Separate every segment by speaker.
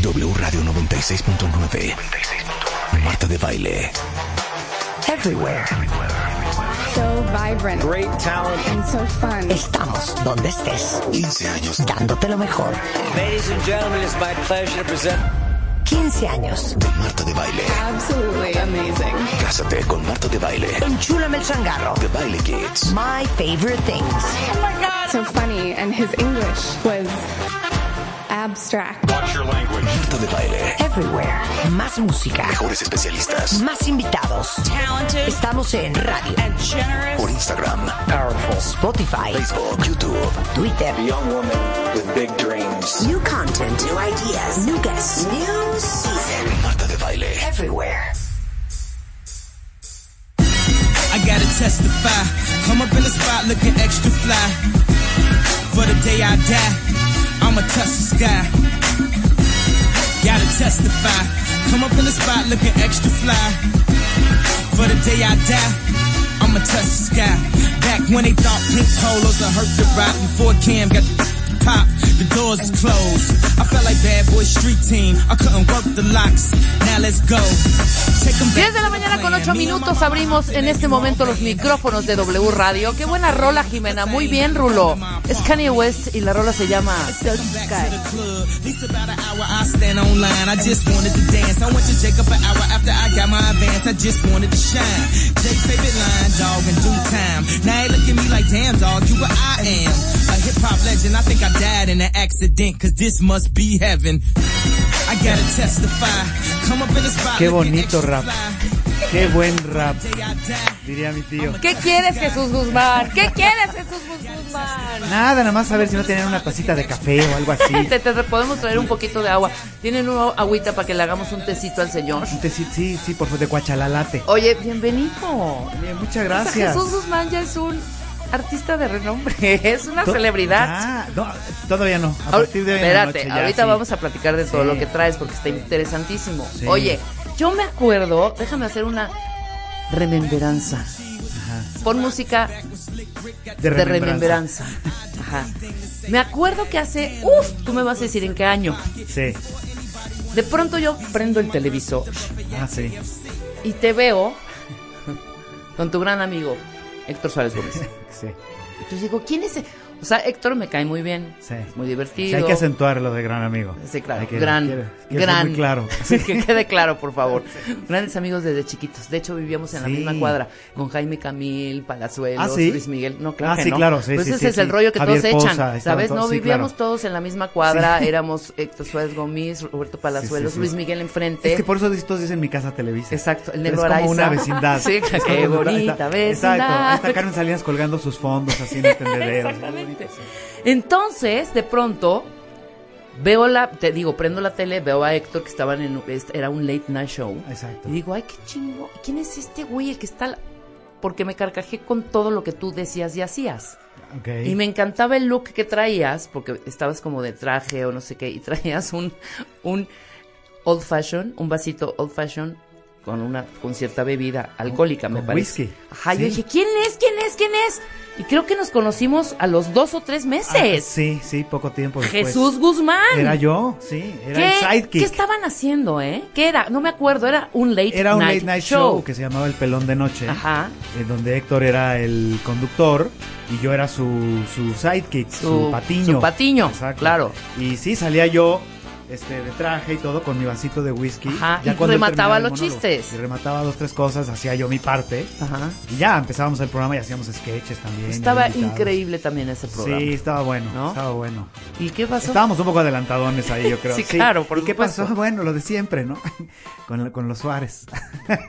Speaker 1: W Radio 96.9. Marta de Baile.
Speaker 2: Everywhere.
Speaker 3: So vibrant.
Speaker 4: Great talent.
Speaker 3: And so fun.
Speaker 2: Estamos donde estés.
Speaker 1: 15 años.
Speaker 2: Dándote lo mejor.
Speaker 4: Ladies and gentlemen, it's my pleasure to present.
Speaker 2: 15 años.
Speaker 1: De Marta de Baile.
Speaker 3: Absolutely amazing.
Speaker 1: Cásate con Marta de Baile.
Speaker 2: Enchúlame el changarro.
Speaker 1: The Baile Kids.
Speaker 2: My favorite things.
Speaker 3: So funny. And his English was abstract.
Speaker 1: Marta de Baile.
Speaker 2: Everywhere. Más música.
Speaker 1: Mejores especialistas.
Speaker 2: Más invitados.
Speaker 5: talented
Speaker 2: Estamos en radio,
Speaker 5: and generous.
Speaker 1: Por Instagram,
Speaker 2: Spotify,
Speaker 1: Facebook, YouTube.
Speaker 2: Twitter.
Speaker 6: young woman with big dreams.
Speaker 2: New content, new ideas, new guests, new season.
Speaker 1: Marta de Baile.
Speaker 2: Everywhere.
Speaker 7: I gotta testify. Come up in the spot looking extra fly. For the day I die, I'ma touch the sky. Gotta testify. Come up in the spot looking extra fly. For the day I die, I'ma touch the sky. Back when they thought pink polos would hurt the rock before Cam got the pop. The doors is closed. I felt like bad boy street team. I couldn't work the locks. Now let's go. Take 'em back
Speaker 8: 10 de la
Speaker 7: to the
Speaker 8: mañana con
Speaker 7: plan. Me
Speaker 8: 8
Speaker 7: and my
Speaker 8: minutos
Speaker 7: mama
Speaker 8: abrimos en este momento los micrófonos de W Radio. Qué buena rola, Jimena. Muy bien, Rulo. Es Kanye West y la rola se llama Touch
Speaker 7: Back to
Speaker 8: Sky.
Speaker 7: the club. Least about an hour I stand online. I just wanted to dance. I went to Jacob an hour after I got my advance. I just wanted to shine. Jake's favorite line, dog, in due time. Now they look at me like, damn, dog, you what I am. A hip hop legend. I think I died in an accident, cause this must be heaven. I gotta testify. Come up in the spot.
Speaker 9: Qué
Speaker 7: looking
Speaker 9: bonito
Speaker 7: extra
Speaker 9: rap.
Speaker 7: fly.
Speaker 9: Qué buen rap,
Speaker 7: Day I die.
Speaker 9: diría mi tío.
Speaker 8: ¿Qué quieres, Jesús Guzmán? ¿Qué quieres, Jesús Guzmán?
Speaker 9: Nada, nada más a ver si no tenían una tacita de café o algo así.
Speaker 8: Te, te podemos traer un poquito de agua. ¿Tienen una agüita para que le hagamos un tecito al señor?
Speaker 9: Un tecito, sí, sí, por favor, de cuachalalate.
Speaker 8: Oye, bienvenido.
Speaker 9: Bien, muchas
Speaker 8: O sea,
Speaker 9: gracias.
Speaker 8: Jesús Guzmán ya es un artista de renombre, es una
Speaker 9: To-
Speaker 8: celebridad.
Speaker 9: Ah, no, todavía no. A
Speaker 8: Ahor-
Speaker 9: partir de hoy en la
Speaker 8: Espérate,
Speaker 9: noche ya,
Speaker 8: ahorita
Speaker 9: sí.
Speaker 8: vamos a platicar de todo
Speaker 9: Sí.
Speaker 8: lo que traes porque está interesantísimo.
Speaker 9: Sí.
Speaker 8: Oye, yo me acuerdo, déjame hacer una remembranza. Pon música
Speaker 9: De
Speaker 8: de
Speaker 9: remembranza.
Speaker 8: remembranza. Ajá. Me acuerdo que hace, uff, tú me vas a decir en qué año.
Speaker 9: Sí,
Speaker 8: De pronto yo prendo el televisor
Speaker 9: ah, sí.
Speaker 8: y te veo con tu gran amigo Héctor Suárez Gómez.
Speaker 9: Sí,
Speaker 8: Entonces digo, ¿quién es? e-?" O sea, Héctor me cae muy bien,
Speaker 9: sí.
Speaker 8: muy divertido.
Speaker 9: Sí, hay que acentuarlo de gran amigo.
Speaker 8: Sí, claro.
Speaker 9: Hay que-
Speaker 8: gran,
Speaker 9: quiero- quiero ser
Speaker 8: gran.
Speaker 9: Muy claro.
Speaker 8: Sí, que quede claro, por favor. Grandes amigos desde chiquitos. De hecho, vivíamos en la
Speaker 9: Sí.
Speaker 8: misma cuadra con Jaime Camil, Palazuelos,
Speaker 9: Ah, ¿sí?
Speaker 8: Luis Miguel. No, claro
Speaker 9: Ah,
Speaker 8: que
Speaker 9: sí,
Speaker 8: no.
Speaker 9: claro, sí,
Speaker 8: Pues
Speaker 9: sí,
Speaker 8: ese
Speaker 9: sí,
Speaker 8: es el
Speaker 9: sí.
Speaker 8: rollo que
Speaker 9: Javier
Speaker 8: todos
Speaker 9: Poza,
Speaker 8: echan,
Speaker 9: estaban
Speaker 8: ¿sabes?
Speaker 9: todos-
Speaker 8: no,
Speaker 9: sí,
Speaker 8: vivíamos
Speaker 9: claro.
Speaker 8: todos en la misma cuadra. Éramos Héctor Suárez Gómez, Roberto Palazuelos,
Speaker 9: sí.
Speaker 8: Luis Miguel enfrente.
Speaker 9: Es que por eso todos dicen mi casa televisa.
Speaker 8: Exacto, el
Speaker 9: Es
Speaker 8: negro
Speaker 9: como
Speaker 8: Araiza.
Speaker 9: una vecindad.
Speaker 8: Sí,
Speaker 9: Es como
Speaker 8: qué
Speaker 9: una-
Speaker 8: bonita vecindad.
Speaker 9: Exacto. Ahí está Carmen Salinas colgando sus fondos así en el tendedero.
Speaker 8: Exactamente. Entonces, de pronto, veo la, te digo, prendo la tele, veo a Héctor que estaban en, es- era un late night show.
Speaker 9: Exacto.
Speaker 8: Y digo, ay, qué chingo, ¿quién es este güey el que está? al-?" Porque me carcajé con todo lo que tú decías y hacías.
Speaker 9: Ok.
Speaker 8: Y me encantaba el look que traías, porque estabas como de traje o no sé qué, y traías un, un old fashion, un vasito old fashion con una, con cierta bebida alcohólica, me
Speaker 9: con
Speaker 8: parece.
Speaker 9: whisky.
Speaker 8: Ajá,
Speaker 9: Sí.
Speaker 8: yo dije, ¿quién es? ¿Quién es? ¿Quién es? Y creo que nos conocimos a los dos o tres
Speaker 9: Ah,
Speaker 8: meses.
Speaker 9: sí, sí, poco tiempo después.
Speaker 8: Jesús Guzmán.
Speaker 9: Era yo, sí, era
Speaker 8: ¿Qué,
Speaker 9: el sidekick.
Speaker 8: ¿Qué estaban haciendo, eh? ¿Qué era? No me acuerdo, era un late
Speaker 9: Era un
Speaker 8: night,
Speaker 9: late night show. que se llamaba El Pelón de Noche,
Speaker 8: Ajá.
Speaker 9: en donde Héctor era el conductor y yo era su, su sidekick, su, patiño.
Speaker 8: Su patiño,
Speaker 9: Exacto.
Speaker 8: claro.
Speaker 9: Y sí, salía yo este, de traje y todo con mi vasito de whisky.
Speaker 8: Ajá, y
Speaker 9: cuando terminaba
Speaker 8: remataba
Speaker 9: el
Speaker 8: los
Speaker 9: monólogo.
Speaker 8: chistes.
Speaker 9: Y remataba dos, tres cosas, hacía yo mi parte.
Speaker 8: Ajá.
Speaker 9: Y ya empezábamos el programa y hacíamos sketches también.
Speaker 8: Estaba
Speaker 9: invitados.
Speaker 8: increíble también ese programa.
Speaker 9: Sí, estaba bueno,
Speaker 8: ¿No?
Speaker 9: estaba bueno.
Speaker 8: ¿Y qué pasó?
Speaker 9: Estábamos un poco adelantadones ahí, yo creo.
Speaker 8: Sí, claro, por
Speaker 9: ¿Y qué
Speaker 8: supuesto.
Speaker 9: pasó? Bueno, lo de siempre, ¿no? Con, con los Suárez.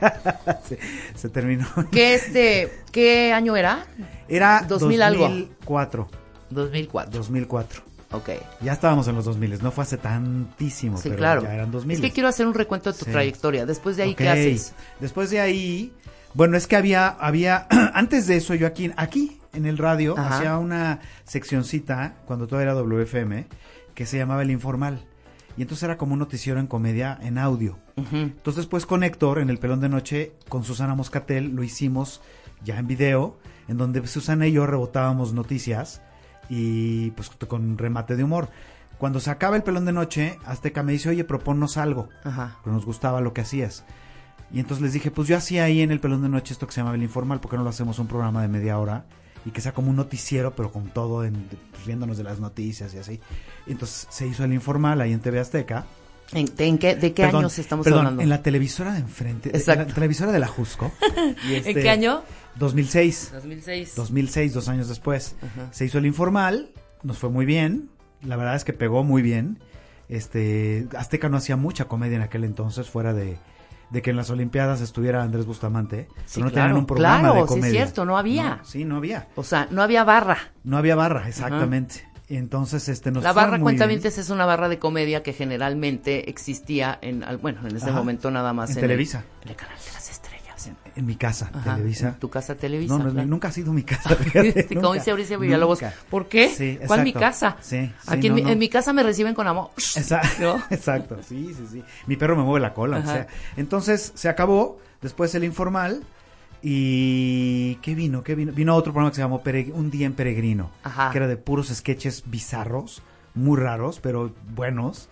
Speaker 9: se, se terminó.
Speaker 8: ¿Qué este, qué año era?
Speaker 9: Era
Speaker 8: 2000 algo.
Speaker 9: 2004.
Speaker 8: 2004.
Speaker 9: 2004.
Speaker 8: Ok.
Speaker 9: Ya estábamos en los 2000, no fue hace tantísimo,
Speaker 8: Sí,
Speaker 9: pero
Speaker 8: claro.
Speaker 9: ya eran 2000.
Speaker 8: Es que quiero hacer un recuento de tu
Speaker 9: Sí.
Speaker 8: trayectoria. Después de ahí, ¿qué
Speaker 9: Ok.
Speaker 8: haces?
Speaker 9: Después de ahí, bueno, es que había, había, antes de eso yo aquí, aquí en el radio,
Speaker 8: Ajá.
Speaker 9: hacía una seccioncita, cuando todo era WFM, que se llamaba El Informal. Y entonces era como un noticiero en comedia en audio. Entonces, pues con Héctor, en El Pelón de Noche, con Susana Moscatel, lo hicimos ya en video, en donde Susana y yo rebotábamos noticias y pues con remate de humor. Cuando se acaba el pelón de noche, Azteca me dice, oye, proponnos algo.
Speaker 8: Ajá.
Speaker 9: Pero nos gustaba lo que hacías. Y entonces les dije, pues yo hacía ahí en el pelón de noche esto que se llama El Informal, porque no lo hacemos un programa de media hora? Y que sea como un noticiero, pero con todo, en, pues, riéndonos de las noticias y así. Y entonces se hizo El Informal ahí en TV Azteca.
Speaker 8: ¿En, en qué, ¿De qué
Speaker 9: Perdón,
Speaker 8: años estamos
Speaker 9: perdón,
Speaker 8: hablando?
Speaker 9: En la televisora de enfrente,
Speaker 8: Exacto.
Speaker 9: en la televisora de la Jusco. Y este,
Speaker 8: ¿En qué año?
Speaker 9: 2006.
Speaker 8: 2006.
Speaker 9: 2006, dos años después. Se hizo el informal, nos fue muy bien. La verdad es que pegó muy bien. Este, Azteca no hacía mucha comedia en aquel entonces, fuera de, de que en las Olimpiadas estuviera Andrés Bustamante.
Speaker 8: Sí,
Speaker 9: pero no
Speaker 8: claro,
Speaker 9: tenían un programa
Speaker 8: claro,
Speaker 9: de
Speaker 8: sí es
Speaker 9: comedia.
Speaker 8: cierto, no había.
Speaker 9: sí, no había.
Speaker 8: O sea, no había barra.
Speaker 9: No había barra, exactamente. Entonces, este, nos
Speaker 8: La
Speaker 9: fue
Speaker 8: barra
Speaker 9: muy bien.
Speaker 8: Cuentavientes es una barra de comedia que generalmente existía en, al- bueno, en ese
Speaker 9: Ajá.
Speaker 8: momento nada más.
Speaker 9: En
Speaker 8: el-
Speaker 9: Televisa.
Speaker 8: En el canal de las estrellas.
Speaker 9: En mi casa,
Speaker 8: Ajá,
Speaker 9: Televisa.
Speaker 8: en tu casa, Televisa,
Speaker 9: No, no, es mi-
Speaker 8: claro.
Speaker 9: nunca ha sido mi casa.
Speaker 8: Este,
Speaker 9: fíjate,
Speaker 8: Como
Speaker 9: nunca,
Speaker 8: dice Mauricio Villalobos,
Speaker 9: nunca.
Speaker 8: ¿por qué?
Speaker 9: Sí,
Speaker 8: ¿Cuál mi
Speaker 9: exacto.
Speaker 8: casa?
Speaker 9: Sí, sí,
Speaker 8: Aquí en,
Speaker 9: no,
Speaker 8: mi,
Speaker 9: no.
Speaker 8: en mi casa me reciben con amor.
Speaker 9: Exacto,
Speaker 8: ¿No?
Speaker 9: exacto, sí, sí, sí. Mi perro me mueve la cola. o
Speaker 8: Ajá.
Speaker 9: sea. Entonces se acabó, después el informal y ¿qué vino? ¿Qué vino? Vino otro programa que se llamó Pereg- Un día en peregrino,
Speaker 8: Ajá.
Speaker 9: que era de puros sketches bizarros, muy raros, pero buenos.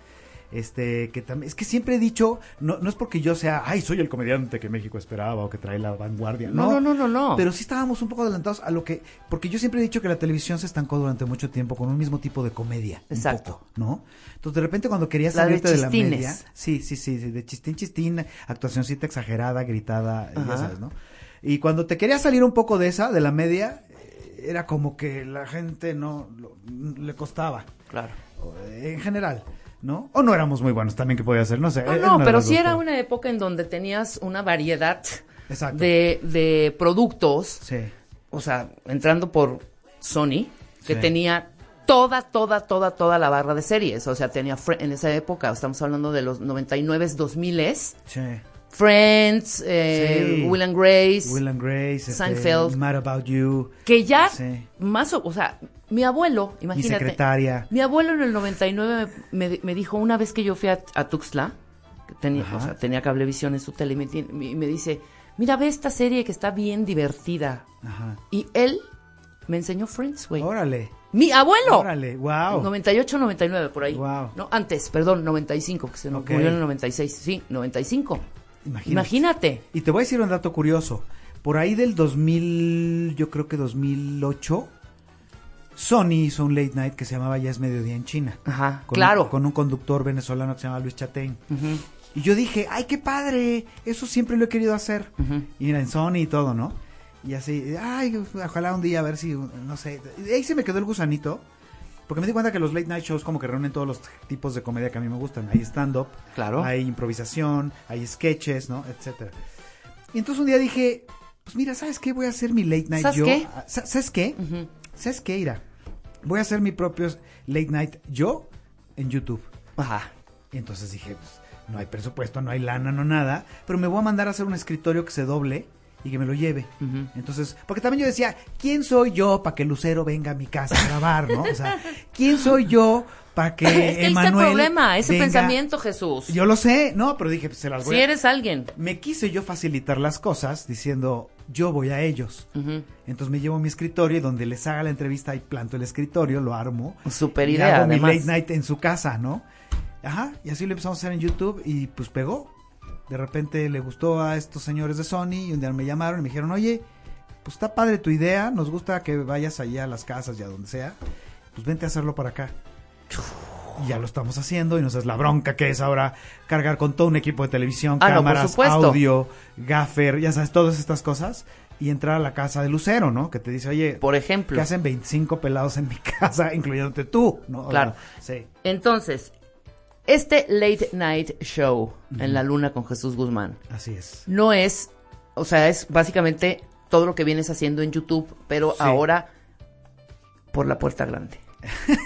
Speaker 9: Este, que también, es que siempre he dicho, no, no es porque yo sea, ay, soy el comediante que México esperaba o que trae la vanguardia.
Speaker 8: No,
Speaker 9: No,
Speaker 8: no, no, no, no.
Speaker 9: Pero Pues sí estábamos un poco adelantados a lo que, porque yo siempre he dicho que la televisión se estancó durante mucho tiempo con un mismo tipo de comedia. un
Speaker 8: Exacto.
Speaker 9: poco, ¿No? Entonces, de repente, cuando querías
Speaker 8: La de
Speaker 9: salirte de, la
Speaker 8: chistines.
Speaker 9: media. Sí, sí, sí, sí, de chistín, chistín, actuacioncita exagerada, gritada,
Speaker 8: Ajá.
Speaker 9: ya sabes, ¿no? Y cuando te querías salir un poco de esa, de la media, eh, era como que la gente no lo- le costaba,
Speaker 8: Claro.
Speaker 9: o, eh, en general, ¿no? O no éramos muy buenos también, que podía ser, no sé.
Speaker 8: No,
Speaker 9: eh,
Speaker 8: no,
Speaker 9: una de
Speaker 8: pero
Speaker 9: las
Speaker 8: sí
Speaker 9: dos,
Speaker 8: era
Speaker 9: pero-
Speaker 8: una época en donde tenías una variedad
Speaker 9: Exacto.
Speaker 8: de, de productos,
Speaker 9: Sí.
Speaker 8: o sea, entrando por Sony, que
Speaker 9: Sí.
Speaker 8: tenía toda, toda, toda, toda la barra de series. O sea, tenía Fre- en esa época, estamos hablando de los 99s, 2000s,
Speaker 9: Sí.
Speaker 8: Friends, eh,
Speaker 9: Sí.
Speaker 8: Will and Grace,
Speaker 9: Will and Grace, este,
Speaker 8: Seinfeld.
Speaker 9: Mad About You,
Speaker 8: que ya
Speaker 9: Sí.
Speaker 8: más, o, o sea, mi abuelo,
Speaker 9: Mi
Speaker 8: imagínate.
Speaker 9: Secretaria.
Speaker 8: Mi abuelo en el 99 me, me- me dijo una vez que yo fui a, a Tuxtla, que tenía,
Speaker 9: Ajá.
Speaker 8: o sea, tenía cablevisión en su tele, y me, tiene- y me dice, mira, ve esta serie que está bien divertida.
Speaker 9: Ajá.
Speaker 8: Y él me enseñó Friends, güey.
Speaker 9: Órale.
Speaker 8: ¡Mi abuelo!
Speaker 9: Órale, wow.
Speaker 8: 98, 99, por ahí.
Speaker 9: Wow.
Speaker 8: No, antes, perdón, 95, que se nos
Speaker 9: Ok.
Speaker 8: murió en el 96. Sí, 95.
Speaker 9: Imagínate.
Speaker 8: Imagínate.
Speaker 9: Y te voy a decir un dato curioso. Por ahí del 2000, yo creo que 2008, Sony hizo un late night que se llamaba Ya es mediodía en China.
Speaker 8: Ajá,
Speaker 9: Con-
Speaker 8: claro.
Speaker 9: Con un conductor venezolano que se llama Luis Chatein. Y yo dije, ay, qué padre, eso siempre lo he querido hacer. Y mira, en Sony y todo, ¿no? Y así, ay, ojalá un día a ver si, no sé. Y ahí se me quedó el gusanito. Porque me di cuenta que los late night shows como que reúnen todos los tipos de comedia que a mí me gustan. Hay stand-up,
Speaker 8: Claro.
Speaker 9: hay improvisación, hay sketches, ¿no? Etcétera. Y entonces un día dije, pues mira, ¿sabes qué? Voy a hacer mi late night
Speaker 8: ¿Sabes
Speaker 9: yo.
Speaker 8: qué?
Speaker 9: Ah, sa- ¿Sabes qué? ¿Sabes qué, Ira? Voy a hacer mi propio late night yo en YouTube.
Speaker 8: Ajá.
Speaker 9: Y entonces dije, pues, no hay presupuesto, no hay lana, no nada, pero me voy a mandar a hacer un escritorio que se doble y que me lo lleve. Entonces, porque también yo decía, ¿quién soy yo para que Lucero venga a mi casa a grabar, no? O sea, ¿quién soy yo para que
Speaker 8: Es que ahí está el
Speaker 9: Emanuel
Speaker 8: problema, ese
Speaker 9: venga?
Speaker 8: pensamiento, Jesús.
Speaker 9: Yo lo sé, no, pero dije, pues, se las voy
Speaker 8: si
Speaker 9: a-
Speaker 8: eres alguien.
Speaker 9: me quise yo facilitar las cosas diciendo yo voy a ellos.
Speaker 8: Ujú.
Speaker 9: Entonces me llevo a mi escritorio y donde les haga la entrevista y planto el escritorio, lo armo.
Speaker 8: Super
Speaker 9: y
Speaker 8: idea,
Speaker 9: hago mi
Speaker 8: además.
Speaker 9: late night en su casa, ¿no? Ajá, y así lo empezamos a hacer en YouTube y pues pegó. De repente le gustó a estos señores de Sony y un día me llamaron y me dijeron, oye, pues está padre tu idea, nos gusta que vayas allá a las casas y a donde sea, pues vente a hacerlo para acá. Y ya lo estamos haciendo y nos es la bronca que es ahora cargar con todo un equipo de televisión,
Speaker 8: Ah, no, por
Speaker 9: cámaras,
Speaker 8: supuesto.
Speaker 9: audio, gaffer, ya sabes, todas estas cosas y entrar a la casa de Lucero, ¿no? Que te dice, oye,
Speaker 8: Por ejemplo.
Speaker 9: que hacen 25 pelados en mi casa, incluyéndote tú, ¿no? O
Speaker 8: Claro.
Speaker 9: sea, sí.
Speaker 8: Entonces, este late night show en la luna con Jesús Guzmán
Speaker 9: Así es.
Speaker 8: no es, o sea, es básicamente todo lo que vienes haciendo en YouTube, pero
Speaker 9: Sí.
Speaker 8: ahora por la puerta grande.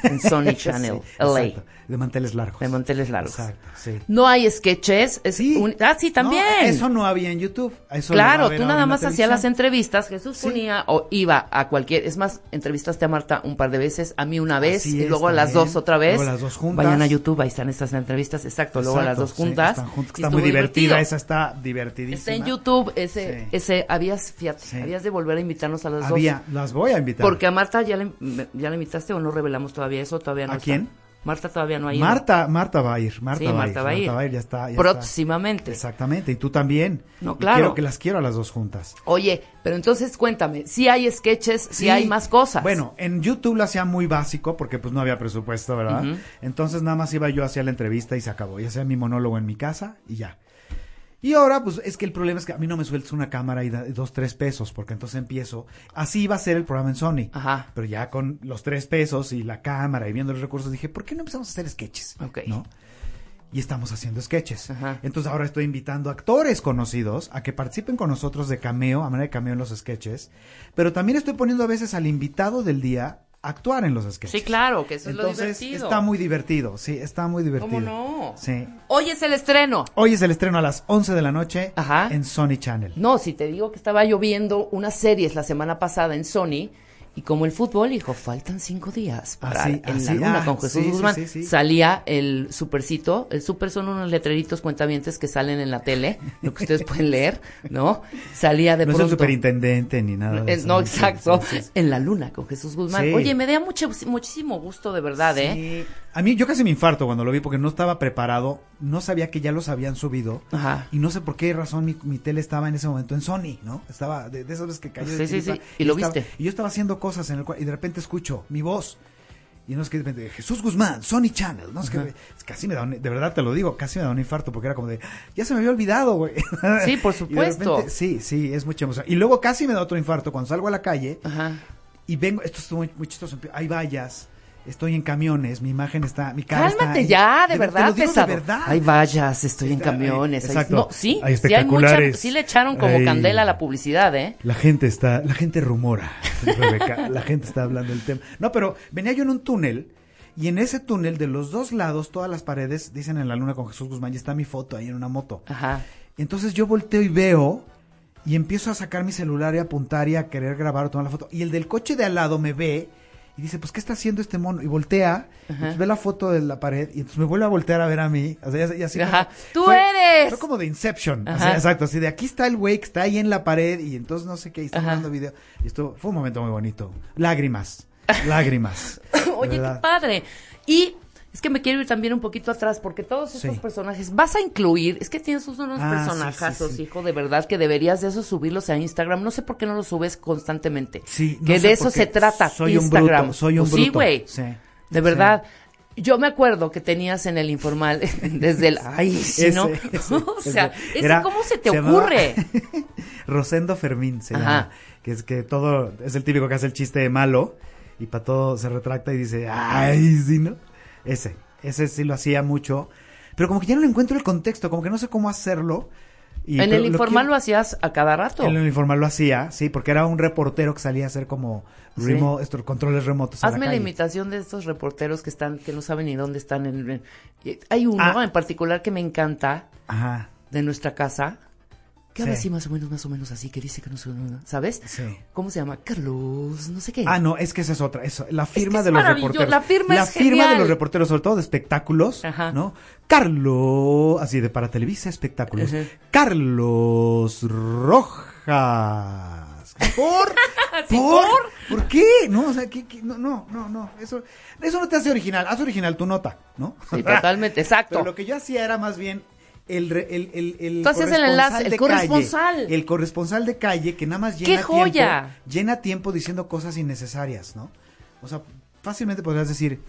Speaker 8: En Sony Channel,
Speaker 9: Sí,
Speaker 8: LA,
Speaker 9: exacto. De manteles largos.
Speaker 8: de Monteles Largos.
Speaker 9: Exacto, sí.
Speaker 8: No hay sketches, es
Speaker 9: Sí.
Speaker 8: un- ah, sí,
Speaker 9: No,
Speaker 8: también.
Speaker 9: eso no había en YouTube. Eso lo va a
Speaker 8: Claro,
Speaker 9: ver
Speaker 8: tú
Speaker 9: ahora
Speaker 8: nada
Speaker 9: en la
Speaker 8: más hacías las
Speaker 9: televisión.
Speaker 8: entrevistas, Jesús
Speaker 9: Sí.
Speaker 8: ponía o iba a cualquier, es más, entrevistaste a Marta un par de veces, a mí una vez,
Speaker 9: Así
Speaker 8: y
Speaker 9: es,
Speaker 8: luego a las
Speaker 9: también.
Speaker 8: dos otra vez.
Speaker 9: Luego las dos juntas.
Speaker 8: Vayan a YouTube, ahí están estas entrevistas, exacto, luego a las
Speaker 9: Exacto,
Speaker 8: dos
Speaker 9: sí,
Speaker 8: juntas.
Speaker 9: están juntas,
Speaker 8: y
Speaker 9: está
Speaker 8: estuvo
Speaker 9: muy divertida,
Speaker 8: divertido.
Speaker 9: esa está divertidísima.
Speaker 8: Está en YouTube, ese,
Speaker 9: Sí.
Speaker 8: ese, habías, fíjate,
Speaker 9: Sí.
Speaker 8: habías de volver a invitarnos a las dos.
Speaker 9: Había, las voy a invitar.
Speaker 8: Porque a Marta ya le, ya la invitaste o no revelamos todavía eso, todavía no
Speaker 9: ¿A
Speaker 8: está.
Speaker 9: quién?
Speaker 8: Marta todavía no ha ido.
Speaker 9: Marta, Marta va a ir, Marta,
Speaker 8: Sí,
Speaker 9: va,
Speaker 8: Marta
Speaker 9: a ir,
Speaker 8: va a ir.
Speaker 9: Marta va a ir, ya está. ya
Speaker 8: Próximamente.
Speaker 9: está. Exactamente, y tú también.
Speaker 8: No,
Speaker 9: Y
Speaker 8: claro.
Speaker 9: quiero que las quiero a las dos juntas.
Speaker 8: Oye, pero entonces cuéntame, si hay sketches, si
Speaker 9: Sí.
Speaker 8: hay más cosas.
Speaker 9: Bueno, en YouTube lo hacía muy básico porque pues no había presupuesto, ¿verdad?
Speaker 8: Ujú.
Speaker 9: Entonces nada más iba yo hacia la entrevista y se acabó. Ya hacía mi monólogo en mi casa y ya. Y ahora, pues es que el problema es que a mí no me sueltas una cámara y da- dos, tres pesos, porque entonces empiezo. Así iba a ser el programa en Sony.
Speaker 8: Ajá.
Speaker 9: Pero ya con los tres pesos y la cámara y viendo los recursos, dije, ¿por qué no empezamos a hacer sketches?
Speaker 8: Ok.
Speaker 9: ¿No? y estamos haciendo sketches.
Speaker 8: Ajá.
Speaker 9: Entonces ahora estoy invitando actores conocidos a que participen con nosotros de cameo, a manera de cameo en los sketches, pero también estoy poniendo a veces al invitado del día a actuar en los sketches.
Speaker 8: Sí, claro, que eso
Speaker 9: Entonces,
Speaker 8: es lo divertido.
Speaker 9: está muy divertido, sí, está muy divertido.
Speaker 8: ¿Cómo no?
Speaker 9: Sí.
Speaker 8: Hoy es el estreno.
Speaker 9: Hoy es el estreno a las 11 de la noche
Speaker 8: Ajá.
Speaker 9: en Sony Channel.
Speaker 8: No, si te digo que estaba yo viendo unas series la semana pasada en Sony y como el fútbol, dijo, faltan cinco días para
Speaker 9: Así,
Speaker 8: en la
Speaker 9: así,
Speaker 8: luna
Speaker 9: ah,
Speaker 8: con Jesús
Speaker 9: sí, sí,
Speaker 8: Guzmán.
Speaker 9: sí, sí.
Speaker 8: Salía el supercito. El super son unos letreritos cuentavientes que salen en la tele, lo que ustedes pueden leer, ¿no? Salía de
Speaker 9: no es el
Speaker 8: pronto.
Speaker 9: superintendente ni nada. de
Speaker 8: Eh,
Speaker 9: eso,
Speaker 8: no,
Speaker 9: Sí,
Speaker 8: exacto.
Speaker 9: sí, sí.
Speaker 8: En la luna con Jesús Guzmán.
Speaker 9: Sí.
Speaker 8: Oye, me da mucho, muchísimo gusto, de verdad, ¿eh?
Speaker 9: Sí. A mí yo casi me infarto cuando lo vi porque no estaba preparado, no sabía que ya los habían subido
Speaker 8: Ajá.
Speaker 9: y no sé por qué razón mi, mi tele estaba en ese momento en Sony, ¿no? Estaba de, de esas veces que cayó. de
Speaker 8: Sí, sí,
Speaker 9: chiripa,
Speaker 8: sí. Y lo
Speaker 9: estaba-
Speaker 8: viste.
Speaker 9: Y yo estaba haciendo cosas en el cual y de repente escucho mi voz. Y no es que de repente, Jesús Guzmán, Sony Channel, no es que es- casi me da un, de verdad te lo digo, casi me da un infarto porque era como de, ya se me había olvidado, güey.
Speaker 8: Sí, por
Speaker 9: Y de
Speaker 8: supuesto.
Speaker 9: repente, sí, sí, es mucha emoción. Y luego casi me da otro infarto cuando salgo a la calle
Speaker 8: Ajá.
Speaker 9: y vengo, esto es muy, muy chistoso, hay vallas, estoy en camiones, mi imagen está, mi cara está
Speaker 8: Cálmate
Speaker 9: ahí.
Speaker 8: ya, de,
Speaker 9: te
Speaker 8: verdad,
Speaker 9: lo digo
Speaker 8: pesado.
Speaker 9: de verdad.
Speaker 8: Ay, vayas, estoy en
Speaker 9: Está-
Speaker 8: camiones. ahí-
Speaker 9: exacto.
Speaker 8: no, sí,
Speaker 9: Hay
Speaker 8: sí, hay mucha,
Speaker 9: espectaculares.
Speaker 8: sí le echaron como
Speaker 9: Hay-
Speaker 8: candela a la publicidad, ¿eh?
Speaker 9: La gente está, la gente rumora, Rebeca, la gente está hablando del tema. No, pero venía yo en un túnel y en ese túnel de los dos lados, todas las paredes, dicen en la luna con Jesús Guzmán, y está mi foto ahí en una moto.
Speaker 8: Ajá.
Speaker 9: Entonces yo volteo y veo y empiezo a sacar mi celular y a apuntar y a querer grabar o tomar la foto. Y el del coche de al lado me ve y dice, pues, ¿qué está haciendo este mono? Y voltea, y pues, ve la foto de la pared y entonces me vuelve a voltear a ver a mí. O sea, y así- y así como-
Speaker 8: Ajá. ¡Tú
Speaker 9: fue-
Speaker 8: eres!
Speaker 9: Fue como de Inception.
Speaker 8: Ajá.
Speaker 9: Así, exacto, así de aquí está el güey que está ahí en la pared y entonces no sé qué, y está
Speaker 8: Ajá.
Speaker 9: mandando video. Y esto fue un momento muy bonito. Lágrimas, lágrimas. de
Speaker 8: Oye, qué
Speaker 9: verdad.
Speaker 8: padre. Y es que me quiero ir también un poquito atrás porque todos estos
Speaker 9: Sí.
Speaker 8: personajes vas a incluir, es que tienes unos
Speaker 9: Ah, sí,
Speaker 8: personajazos,
Speaker 9: sí, sí.
Speaker 8: hijo, de verdad que deberías de eso subirlos a Instagram. No sé por qué no los subes constantemente.
Speaker 9: Sí, no
Speaker 8: que
Speaker 9: sé
Speaker 8: de eso
Speaker 9: por qué.
Speaker 8: se trata
Speaker 9: Soy un
Speaker 8: Instagram.
Speaker 9: bruto, soy un
Speaker 8: Pues Sí,
Speaker 9: bruto.
Speaker 8: güey.
Speaker 9: Sí.
Speaker 8: De
Speaker 9: Sí.
Speaker 8: verdad. Yo me acuerdo que tenías en el informal desde el ay, si
Speaker 9: Ese,
Speaker 8: no,
Speaker 9: ese,
Speaker 8: o
Speaker 9: ese.
Speaker 8: sea, ese
Speaker 9: Era-
Speaker 8: cómo se te
Speaker 9: llamaba-
Speaker 8: ocurre?
Speaker 9: Rosendo Fermín se
Speaker 8: Ajá.
Speaker 9: llama, que es que todo es el típico que hace el chiste de malo y para todo se retracta y dice, ay, sí, ¿no? Ese, ese sí lo hacía mucho, pero como que ya no le encuentro el contexto, como que no sé cómo hacerlo. Y
Speaker 8: en
Speaker 9: pero
Speaker 8: el informal
Speaker 9: quiero-
Speaker 8: lo hacías a cada rato.
Speaker 9: En el informal lo hacía, sí, porque era un reportero que salía a hacer como
Speaker 8: Sí.
Speaker 9: remo- estos controles remotos. a
Speaker 8: Hazme la,
Speaker 9: calle.
Speaker 8: imitación de estos reporteros que están, que no saben ni dónde están. en- en- eh, hay uno
Speaker 9: Ah.
Speaker 8: en particular que me encanta
Speaker 9: Ajá.
Speaker 8: de nuestra casa. Que habla
Speaker 9: Sí.
Speaker 8: así más o menos, más o menos así, que dice que no sé, ¿sabes?
Speaker 9: Sí.
Speaker 8: ¿Cómo se llama? Carlos, no sé qué.
Speaker 9: Ah, no, es que esa es otra. Eso, la firma
Speaker 8: es
Speaker 9: de los
Speaker 8: maravilloso,
Speaker 9: reporteros.
Speaker 8: la firma es
Speaker 9: de
Speaker 8: genial.
Speaker 9: los reporteros, sobre todo de espectáculos,
Speaker 8: Ajá.
Speaker 9: ¿no? Carlos, así de para Televisa Espectáculos.
Speaker 8: Ajá.
Speaker 9: Carlos Rojas. ¿Por?
Speaker 8: ¿Sí,
Speaker 9: ¿Por qué? No, o sea, ¿qué- qué? No, no, no, no. Eso, eso no te hace original. Haz original tu nota, ¿no?
Speaker 8: Sí, totalmente, exacto.
Speaker 9: Pero lo que yo hacía era más bien el, re- el, el, el
Speaker 8: Tú hacías el enlace, el
Speaker 9: de
Speaker 8: corresponsal.
Speaker 9: calle. el corresponsal de calle que nada más llena
Speaker 8: ¡Qué joya!
Speaker 9: tiempo, llena tiempo diciendo cosas innecesarias, ¿no? O sea, fácilmente podrías decir,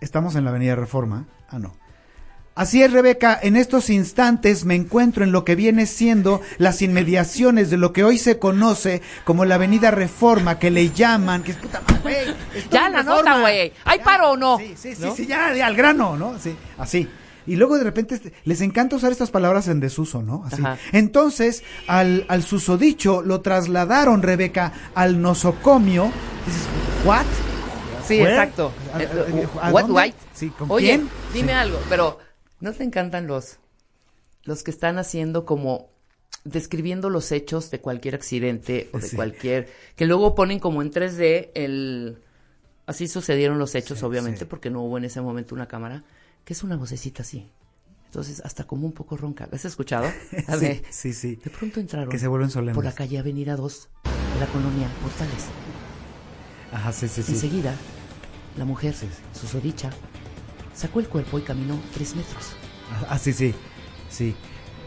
Speaker 9: estamos en la Avenida Reforma. Ah, no. Así es, Rebeca, en estos instantes me encuentro en lo que viene siendo las inmediaciones de lo que hoy se conoce como la Avenida Reforma, que le llaman, que es puta madre, güey. estoy
Speaker 8: Ya
Speaker 9: en
Speaker 8: la
Speaker 9: Reforma.
Speaker 8: nota, güey. ¿Hay
Speaker 9: Ya.
Speaker 8: paro o no?
Speaker 9: Sí, sí, sí,
Speaker 8: ¿No?
Speaker 9: sí, ya, ya, al grano, ¿no? Sí, así. Y luego de repente este, les encanta usar estas palabras en desuso, ¿no? Así.
Speaker 8: Ajá.
Speaker 9: Entonces, al, al susodicho lo trasladaron, Rebeca, al nosocomio. Dices, ¿what?
Speaker 8: Sí,
Speaker 9: ¿Where?
Speaker 8: exacto.
Speaker 9: ¿A- a-
Speaker 8: Eh,
Speaker 9: a- a
Speaker 8: What
Speaker 9: dónde?
Speaker 8: White?
Speaker 9: Sí, ¿con
Speaker 8: Oye,
Speaker 9: quién?
Speaker 8: dime algo, pero ¿no te encantan los los que están haciendo como describiendo los hechos de cualquier accidente o de
Speaker 9: Sí.
Speaker 8: cualquier que luego ponen como en 3D el así sucedieron los hechos
Speaker 9: Sí,
Speaker 8: obviamente
Speaker 9: sí.
Speaker 8: porque no hubo en ese momento una cámara, que es una vocecita así. Entonces, hasta como un poco ronca. ¿Has escuchado? A ver.
Speaker 9: Sí, sí, sí.
Speaker 8: De pronto entraron
Speaker 9: Que se vuelven solemnes.
Speaker 8: por la calle Avenida 2 de la colonia Portales.
Speaker 9: Ajá, sí, sí, sí.
Speaker 8: Enseguida, la mujer susodicha sacó el cuerpo y caminó tres metros.
Speaker 9: Ah, sí, sí, sí.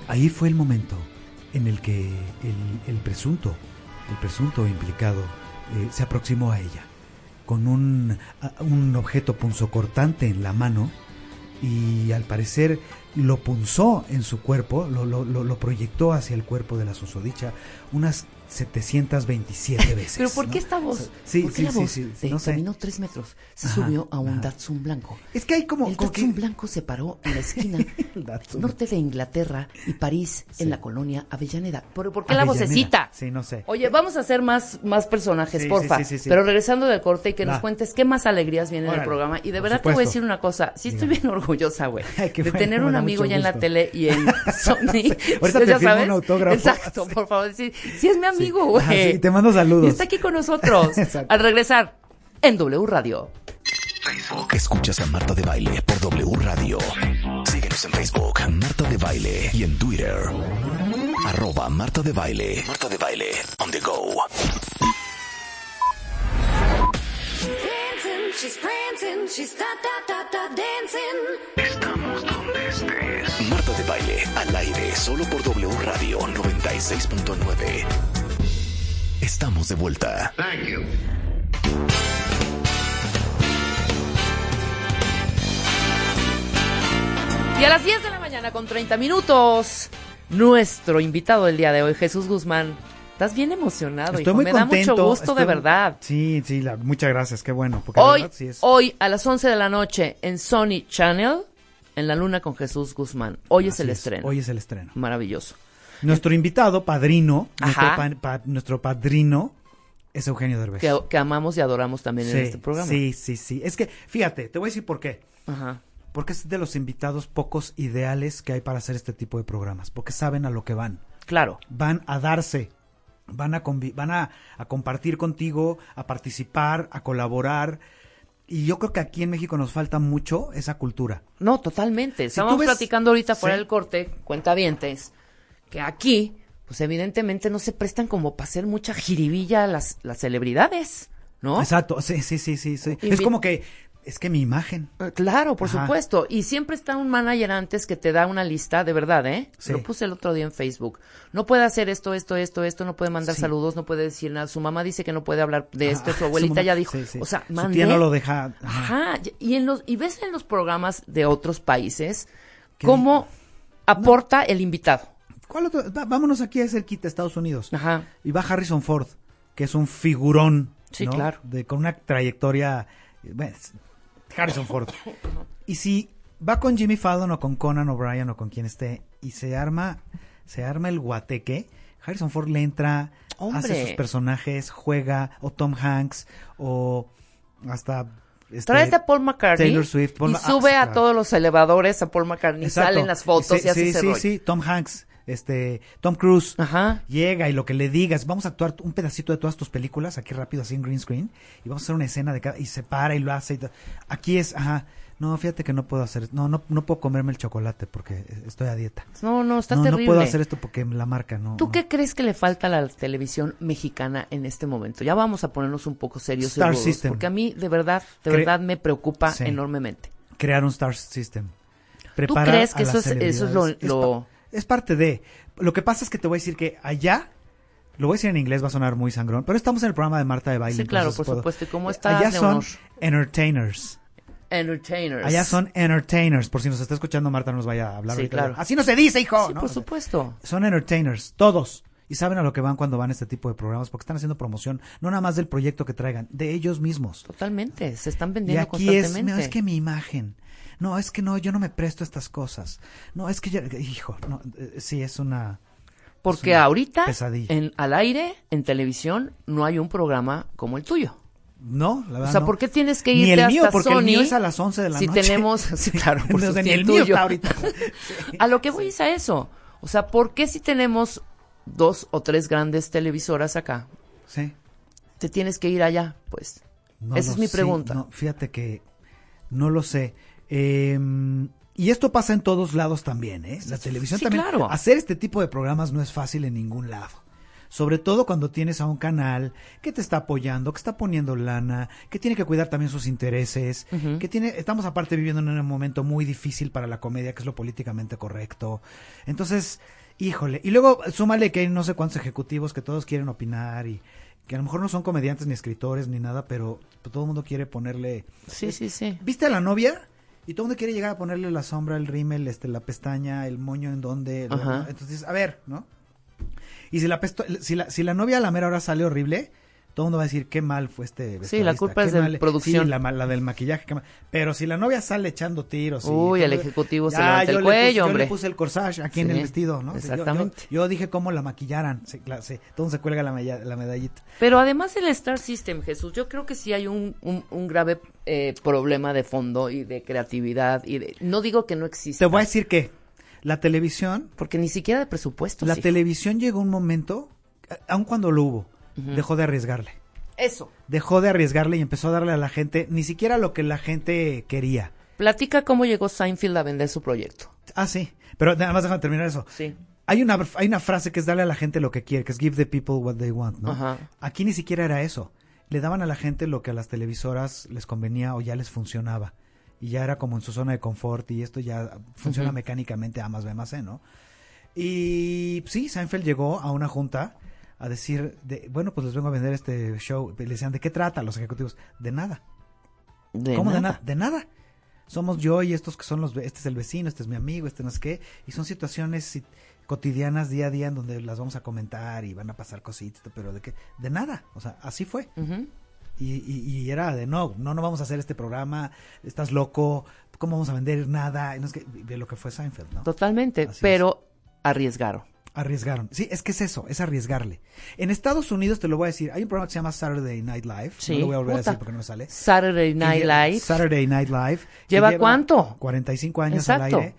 Speaker 9: Ahí fue el momento en el que el, el presunto, el presunto implicado, eh, se aproximó a ella con un, a- un objeto punzocortante en la mano y al parecer lo punzó en su cuerpo, lo, lo- lo- lo proyectó hacia el cuerpo de la susodicha unas 727 veces.
Speaker 8: Pero ¿por qué
Speaker 9: ¿no?
Speaker 8: esta voz?
Speaker 9: Sí,
Speaker 8: ¿Por qué
Speaker 9: sí,
Speaker 8: la
Speaker 9: sí,
Speaker 8: voz
Speaker 9: sí,
Speaker 8: de-
Speaker 9: no sé.
Speaker 8: caminó tres metros? Se
Speaker 9: Ajá,
Speaker 8: subió a un
Speaker 9: ajá.
Speaker 8: Datsun blanco.
Speaker 9: Es que hay como...
Speaker 8: El
Speaker 9: como que-
Speaker 8: Datsun blanco se paró en la esquina
Speaker 9: Datsun.
Speaker 8: norte de Inglaterra y París
Speaker 9: Sí.
Speaker 8: en la colonia Avellaneda. ¿Pero por qué la
Speaker 9: Avellaneda.
Speaker 8: vocecita?
Speaker 9: Sí, no sé.
Speaker 8: Oye, vamos a hacer más, más personajes,
Speaker 9: Sí,
Speaker 8: porfa.
Speaker 9: sí, sí, sí, sí.
Speaker 8: Pero regresando del corte y que nos
Speaker 9: Va.
Speaker 8: cuentes qué más alegrías viene en el
Speaker 9: Órale.
Speaker 8: programa. Y de
Speaker 9: Por
Speaker 8: verdad te voy a
Speaker 9: supuesto.
Speaker 8: decir una cosa. Sí estoy
Speaker 9: Dígame.
Speaker 8: bien orgullosa, güey.
Speaker 9: Ay, qué
Speaker 8: de
Speaker 9: bueno,
Speaker 8: tener
Speaker 9: me
Speaker 8: un
Speaker 9: da
Speaker 8: amigo
Speaker 9: mucho
Speaker 8: ya en la
Speaker 9: gusto.
Speaker 8: tele y en Sony.
Speaker 9: Ahorita te
Speaker 8: ya
Speaker 9: firmo un autógrafo.
Speaker 8: Exacto, por favor. Sí, sí es mi amigo,
Speaker 9: Ajá,
Speaker 8: güey.
Speaker 9: sí, te mando saludos.
Speaker 8: Y está aquí con nosotros.
Speaker 9: Exacto.
Speaker 8: al regresar en W Radio.
Speaker 1: Facebook. Escuchas a Marta de Baile por W Radio. Síguenos en Facebook, Marta de Baile y en Twitter. Arroba Marta de Baile. Marta de Baile. On the go.
Speaker 2: Dancing, she's prancing, she's da da da da dancing.
Speaker 1: Estamos donde estés. Marta de Baile. Al aire. Solo por W Radio 96.9. Estamos de vuelta.
Speaker 8: Y a las 10 de la mañana con 30 minutos, nuestro invitado del día de hoy, Jesús Guzmán. Estás bien emocionado,
Speaker 9: Estoy
Speaker 8: hijo.
Speaker 9: muy
Speaker 8: Me
Speaker 9: contento.
Speaker 8: da mucho gusto,
Speaker 9: estoy-
Speaker 8: de verdad.
Speaker 9: Sí, sí, la- muchas gracias, qué bueno. Porque la
Speaker 8: Hoy,
Speaker 9: verdad sí es-
Speaker 8: hoy a las 11 de la noche en Sony Channel, en La Luna con Jesús Guzmán. Hoy es
Speaker 9: así
Speaker 8: el estreno.
Speaker 9: Hoy es el estreno.
Speaker 8: Maravilloso.
Speaker 9: Nuestro invitado, padrino, nuestro,
Speaker 8: Ajá.
Speaker 9: pa- pa- nuestro padrino es Eugenio Derbez.
Speaker 8: Que, que amamos y adoramos también en este programa.
Speaker 9: sí, sí, sí. Es que, fíjate, te voy a decir por qué.
Speaker 8: Ajá.
Speaker 9: Porque es de los invitados pocos ideales que hay para hacer este tipo de programas. Porque saben a lo que van.
Speaker 8: Claro.
Speaker 9: Van a darse, van a, convi- van a, a compartir contigo, a participar, a colaborar. Y yo creo que aquí en México nos falta mucho esa cultura.
Speaker 8: No, totalmente. Estamos
Speaker 9: tú ves-
Speaker 8: platicando ahorita fuera
Speaker 9: Sí.
Speaker 8: del corte, cuentavientes, que aquí, pues evidentemente no se prestan como para hacer mucha jiribilla las, las celebridades, ¿no?
Speaker 9: Exacto, sí, sí, sí, sí. sí.
Speaker 8: Invi-
Speaker 9: Es como que, es que mi imagen.
Speaker 8: Eh, Claro, por
Speaker 9: Ajá.
Speaker 8: supuesto. Y siempre está un manager antes que te da una lista, de verdad, ¿eh?
Speaker 9: Sí.
Speaker 8: Lo puse el otro día en Facebook. No puede hacer esto, esto, esto, esto, no puede mandar
Speaker 9: Sí.
Speaker 8: saludos, no puede decir nada. Su mamá dice que no puede hablar de esto,
Speaker 9: Ah,
Speaker 8: su abuelita
Speaker 9: mamá-
Speaker 8: ya dijo.
Speaker 9: sí, sí.
Speaker 8: O sea,
Speaker 9: Su
Speaker 8: mandé.
Speaker 9: tía no lo deja. ajá.
Speaker 8: Ajá. Y, en los, y ves en los programas de otros países
Speaker 9: ¿Qué
Speaker 8: cómo aporta el invitado.
Speaker 9: ¿Cuál otro? Va- vámonos aquí a cerquita, Estados Unidos.
Speaker 8: Ajá.
Speaker 9: Y va Harrison Ford, que es un figurón.
Speaker 8: Sí,
Speaker 9: ¿no?
Speaker 8: claro.
Speaker 9: De, con una trayectoria. eh, bueno, es Harrison Ford. Y si va con Jimmy Fallon o con Conan O'Brien o con quien esté y se arma, se arma el guateque, Harrison Ford le entra,
Speaker 8: Hombre.
Speaker 9: hace sus personajes, juega, o Tom Hanks, o hasta. este,
Speaker 8: Traes a Paul McCartney
Speaker 9: Taylor Swift, Paul
Speaker 8: y
Speaker 9: Ma- ah,
Speaker 8: sube
Speaker 9: sí,
Speaker 8: a
Speaker 9: claro.
Speaker 8: todos los elevadores a Paul McCartney,
Speaker 9: Exacto.
Speaker 8: salen las fotos
Speaker 9: Sí,
Speaker 8: y hace
Speaker 9: sí,
Speaker 8: ese
Speaker 9: sí,
Speaker 8: rollo.
Speaker 9: sí, Tom Hanks, este, Tom Cruise.
Speaker 8: Ajá.
Speaker 9: Llega y lo que le digas, vamos a actuar un pedacito de todas tus películas, aquí rápido, así en green screen, y vamos a hacer una escena de cada, y se para y lo hace. y ta- aquí es, ajá, no, fíjate que no puedo hacer, no, no, no puedo comerme el chocolate porque estoy a dieta.
Speaker 8: No, no, está
Speaker 9: no,
Speaker 8: terrible.
Speaker 9: no puedo hacer esto porque la marca no.
Speaker 8: ¿Tú
Speaker 9: no.
Speaker 8: qué crees que le falta a la televisión mexicana en este momento? Ya vamos a ponernos un poco serios y
Speaker 9: Star
Speaker 8: rudos,
Speaker 9: System.
Speaker 8: porque a mí de verdad, de
Speaker 9: Cre-
Speaker 8: verdad me preocupa
Speaker 9: Sí.
Speaker 8: enormemente.
Speaker 9: Crear un star system. Preparar
Speaker 8: crees que
Speaker 9: a las
Speaker 8: eso es- eso es lo-
Speaker 9: celebridades.
Speaker 8: lo-
Speaker 9: pa- es parte de. Lo que pasa es que te voy a decir que allá. Lo voy a decir en inglés, va a sonar muy sangrón, pero estamos en el programa de Marta de Baile.
Speaker 8: Sí, claro,
Speaker 9: entonces Eh,
Speaker 8: por supuesto, ¿y cómo estás,
Speaker 9: Allá son
Speaker 8: Leonor?
Speaker 9: entertainers.
Speaker 8: Entertainers.
Speaker 9: Allá son entertainers, por si nos está escuchando Marta no nos vaya a hablar.
Speaker 8: Sí,
Speaker 9: ahorita.
Speaker 8: claro.
Speaker 9: Así no se dice, hijo.
Speaker 8: Sí,
Speaker 9: ¿no?
Speaker 8: por
Speaker 9: O sea,
Speaker 8: supuesto.
Speaker 9: Son entertainers, todos. Y saben a lo que van cuando van a este tipo de programas, porque están haciendo promoción, no nada más del proyecto que traigan, de ellos mismos.
Speaker 8: Totalmente, se están
Speaker 9: Y
Speaker 8: vendiendo
Speaker 9: aquí es,
Speaker 8: constantemente.
Speaker 9: no, es que mi imagen. No, es que no, yo no me presto a estas cosas. No, es que yo, hijo, no, eh, sí, es una...
Speaker 8: Porque
Speaker 9: es una
Speaker 8: ahorita
Speaker 9: pesadilla.
Speaker 8: en al aire, en televisión no hay un programa como el tuyo.
Speaker 9: No, la verdad
Speaker 8: O sea,
Speaker 9: no.
Speaker 8: ¿por qué tienes que
Speaker 9: Ni
Speaker 8: irte
Speaker 9: el
Speaker 8: hasta
Speaker 9: mío, porque el
Speaker 8: Sony?
Speaker 9: mío es a las 11 de la
Speaker 8: si
Speaker 9: noche.
Speaker 8: tenemos, sí, claro, por
Speaker 9: Entonces, ni el
Speaker 8: supuesto,
Speaker 9: mío
Speaker 8: tuyo.
Speaker 9: está ahorita.
Speaker 8: A lo que voy es a eso. O sea, ¿por qué si tenemos dos o tres grandes televisoras acá,
Speaker 9: Sí.
Speaker 8: te tienes que ir allá? Pues
Speaker 9: No
Speaker 8: esa
Speaker 9: lo
Speaker 8: es mi
Speaker 9: sé,
Speaker 8: pregunta.
Speaker 9: no, fíjate que no lo sé. Eh, y esto pasa en todos lados también, ¿eh? La televisión
Speaker 8: sí,
Speaker 9: también.
Speaker 8: claro.
Speaker 9: Hacer este tipo de programas no es fácil en ningún lado. Sobre todo cuando tienes a un canal que te está apoyando, que está poniendo lana, que tiene que cuidar también sus intereses, que tiene, estamos aparte viviendo en un momento muy difícil para la comedia, que es lo políticamente correcto. Entonces, híjole. Y luego súmale que hay no sé cuántos ejecutivos que todos quieren opinar y que a lo mejor no son comediantes ni escritores ni nada, pero todo el mundo quiere ponerle
Speaker 8: Sí, sí, sí.
Speaker 9: ¿Viste a la novia? Y todo el mundo quiere llegar a ponerle la sombra, el rímel, este, la pestaña, el moño en donde. la-
Speaker 8: Ajá.
Speaker 9: entonces, a ver, ¿no? Y si la, pesto- si, la, si la novia a la mera hora sale horrible, todo el mundo va a decir, qué mal fue este. vestuarista,
Speaker 8: la culpa
Speaker 9: qué
Speaker 8: es de
Speaker 9: mal-
Speaker 8: producción.
Speaker 9: Sí, la, ma- la del maquillaje. qué mal". Pero si la novia sale echando tiros. y
Speaker 8: Uy, al
Speaker 9: todo-
Speaker 8: ejecutivo se
Speaker 9: Ya,
Speaker 8: levanta el
Speaker 9: yo le puse-
Speaker 8: cuello,
Speaker 9: Yo
Speaker 8: hombre.
Speaker 9: le puse el corsage aquí en
Speaker 8: Sí,
Speaker 9: el vestido, ¿no? O sea, yo- yo-
Speaker 8: exactamente.
Speaker 9: Yo, dije cómo la maquillaran. se- la- se- todo el mundo se cuelga la, mella- la medallita.
Speaker 8: Pero además el Star System, Jesús, yo creo que sí hay un, un, un grave eh, problema de fondo y de creatividad. y de- No digo que no exista,
Speaker 9: Te voy a decir que la televisión
Speaker 8: porque ni siquiera de presupuesto.
Speaker 9: La
Speaker 8: sí.
Speaker 9: televisión llegó un momento, a- aun cuando lo hubo, dejó de arriesgarle.
Speaker 8: Eso.
Speaker 9: Dejó de arriesgarle y empezó a darle a la gente ni siquiera lo que la gente quería.
Speaker 8: Platica cómo llegó Seinfeld a vender su proyecto.
Speaker 9: Ah, sí. Pero nada más déjame terminar eso.
Speaker 8: Sí.
Speaker 9: Hay una, hay una frase que es darle a la gente lo que quiere, que es give the people what they want, ¿no?
Speaker 8: Ajá.
Speaker 9: Aquí ni siquiera era eso. Le daban a la gente lo que a las televisoras les convenía o ya les funcionaba. Y ya era como en su zona de confort y esto ya funciona mecánicamente A más B más C, ¿no? Y sí, Seinfeld llegó a una junta a decir, de, bueno, pues les vengo a vender este show. Y le decían, ¿de qué trata los ejecutivos? De nada. ¿Cómo de nada? De nada. Somos yo y estos que son los... ve- Este es el vecino, este es mi amigo, este no es qué. Y son situaciones si- cotidianas día a día en donde las vamos a comentar y van a pasar cositas, pero de qué... De nada. O sea, así fue.
Speaker 8: Ujú.
Speaker 9: Y, y- y era de no, no, no vamos a hacer este programa, estás loco, ¿cómo vamos a vender nada? Y no es que, de lo que fue Seinfeld, ¿no?
Speaker 8: Totalmente,
Speaker 9: Así
Speaker 8: pero arriesgaron.
Speaker 9: Arriesgaron. Sí, es que es eso, es arriesgarle. En Estados Unidos, te lo voy a decir, hay un programa que se llama Saturday Night Live.
Speaker 8: Sí.
Speaker 9: No lo voy a volver
Speaker 8: Puta.
Speaker 9: a decir porque no me sale.
Speaker 8: Saturday Night
Speaker 9: que lleva-
Speaker 8: Live.
Speaker 9: Saturday Night Live. que
Speaker 8: ¿Lleva cuánto?
Speaker 9: 45 años al
Speaker 8: Exacto.
Speaker 9: aire.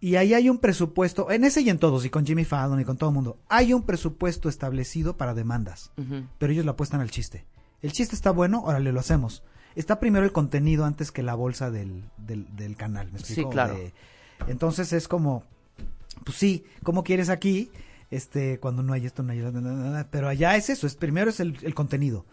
Speaker 9: Y ahí hay un presupuesto, en ese y en todos, y con Jimmy Fallon y con todo el mundo, hay un presupuesto establecido para demandas, pero ellos la apuestan al chiste. El chiste está bueno, órale, lo hacemos. Está primero el contenido antes que la bolsa del, del, del canal, ¿me
Speaker 8: Sí,
Speaker 9: explico?
Speaker 8: claro.
Speaker 9: De- entonces es como, pues sí, ¿cómo quieres aquí? Este, cuando no hay esto, no hay nada, nada, nada. pero allá es eso, es primero es el, el contenido.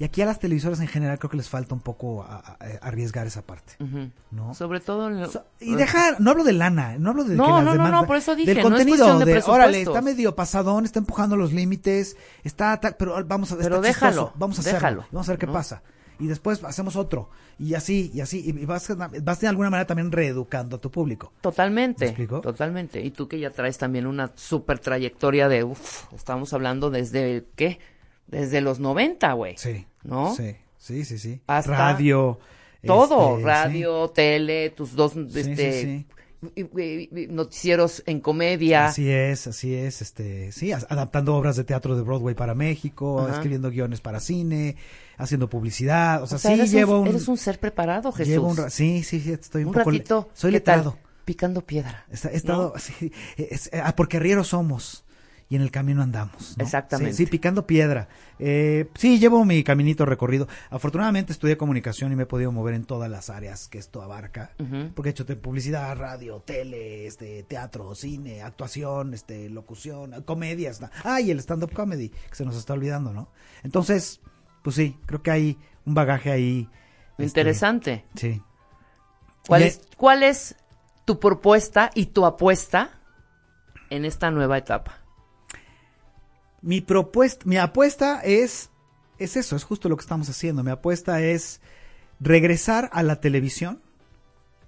Speaker 9: Y aquí a las televisoras en general creo que les falta un poco a- a- a arriesgar esa parte,
Speaker 8: Ujú.
Speaker 9: ¿no?
Speaker 8: Sobre todo. en lo-
Speaker 9: So- y dejar, no hablo de lana, no hablo de
Speaker 8: No,
Speaker 9: que las
Speaker 8: no, no,
Speaker 9: demandas-
Speaker 8: no, por eso dije,
Speaker 9: del
Speaker 8: no es
Speaker 9: contenido,
Speaker 8: cuestión de
Speaker 9: de,
Speaker 8: presupuestos.
Speaker 9: órale, está medio pasadón, está empujando los límites, está tal, pero ah, vamos a está
Speaker 8: Pero déjalo,
Speaker 9: chistoso, vamos a hacerlo,
Speaker 8: déjalo,
Speaker 9: vamos a ver qué
Speaker 8: ¿no?
Speaker 9: pasa. Y después hacemos otro, y así, y así, y y vas, vas de alguna manera también reeducando a tu público.
Speaker 8: Totalmente,
Speaker 9: ¿Me explico?
Speaker 8: totalmente. Y tú que ya traes también una super trayectoria de, uff, estamos hablando desde, ¿qué? Desde los 90, güey.
Speaker 9: Sí.
Speaker 8: ¿No?
Speaker 9: Sí, sí, sí, sí.
Speaker 8: Hasta
Speaker 9: radio.
Speaker 8: Todo,
Speaker 9: este,
Speaker 8: radio, tele, tus dos
Speaker 9: sí,
Speaker 8: este,
Speaker 9: sí.
Speaker 8: y- y- y- noticieros en
Speaker 9: sí.
Speaker 8: comedia.
Speaker 9: Así es, así es, este, sí, as- adaptando obras de teatro de Broadway para México, escribiendo guiones para cine, haciendo publicidad, o sea,
Speaker 8: O sea,
Speaker 9: sí
Speaker 8: eres,
Speaker 9: llevo
Speaker 8: un,
Speaker 9: un,
Speaker 8: eres un ser preparado, Jesús.
Speaker 9: llevo un ra- sí, sí, sí, estoy un,
Speaker 8: Un
Speaker 9: poco le-
Speaker 8: ratito.
Speaker 9: soy
Speaker 8: ¿qué tal?
Speaker 9: letrado.
Speaker 8: Picando piedra.
Speaker 9: Está- he estado, sí, es- ah, porque rieros somos y en el camino andamos. ¿no?
Speaker 8: Exactamente.
Speaker 9: Sí, sí, picando piedra. Eh, sí, llevo mi caminito recorrido. Afortunadamente estudié comunicación y me he podido mover en todas las áreas que esto abarca. Porque he hecho te- publicidad, radio, tele, este, teatro, cine, actuación, este, locución, comedias. na- Ah, y el stand-up comedy, que se nos está olvidando, ¿no? Entonces, pues sí, creo que hay un bagaje ahí. este,
Speaker 8: Interesante.
Speaker 9: sí.
Speaker 8: ¿Cuál
Speaker 9: Y- e-
Speaker 8: es, ¿Cuál es tu propuesta y tu apuesta en esta nueva etapa?
Speaker 9: Mi propuesta, mi apuesta es, es eso, es justo lo que estamos haciendo. Mi apuesta es regresar a la televisión,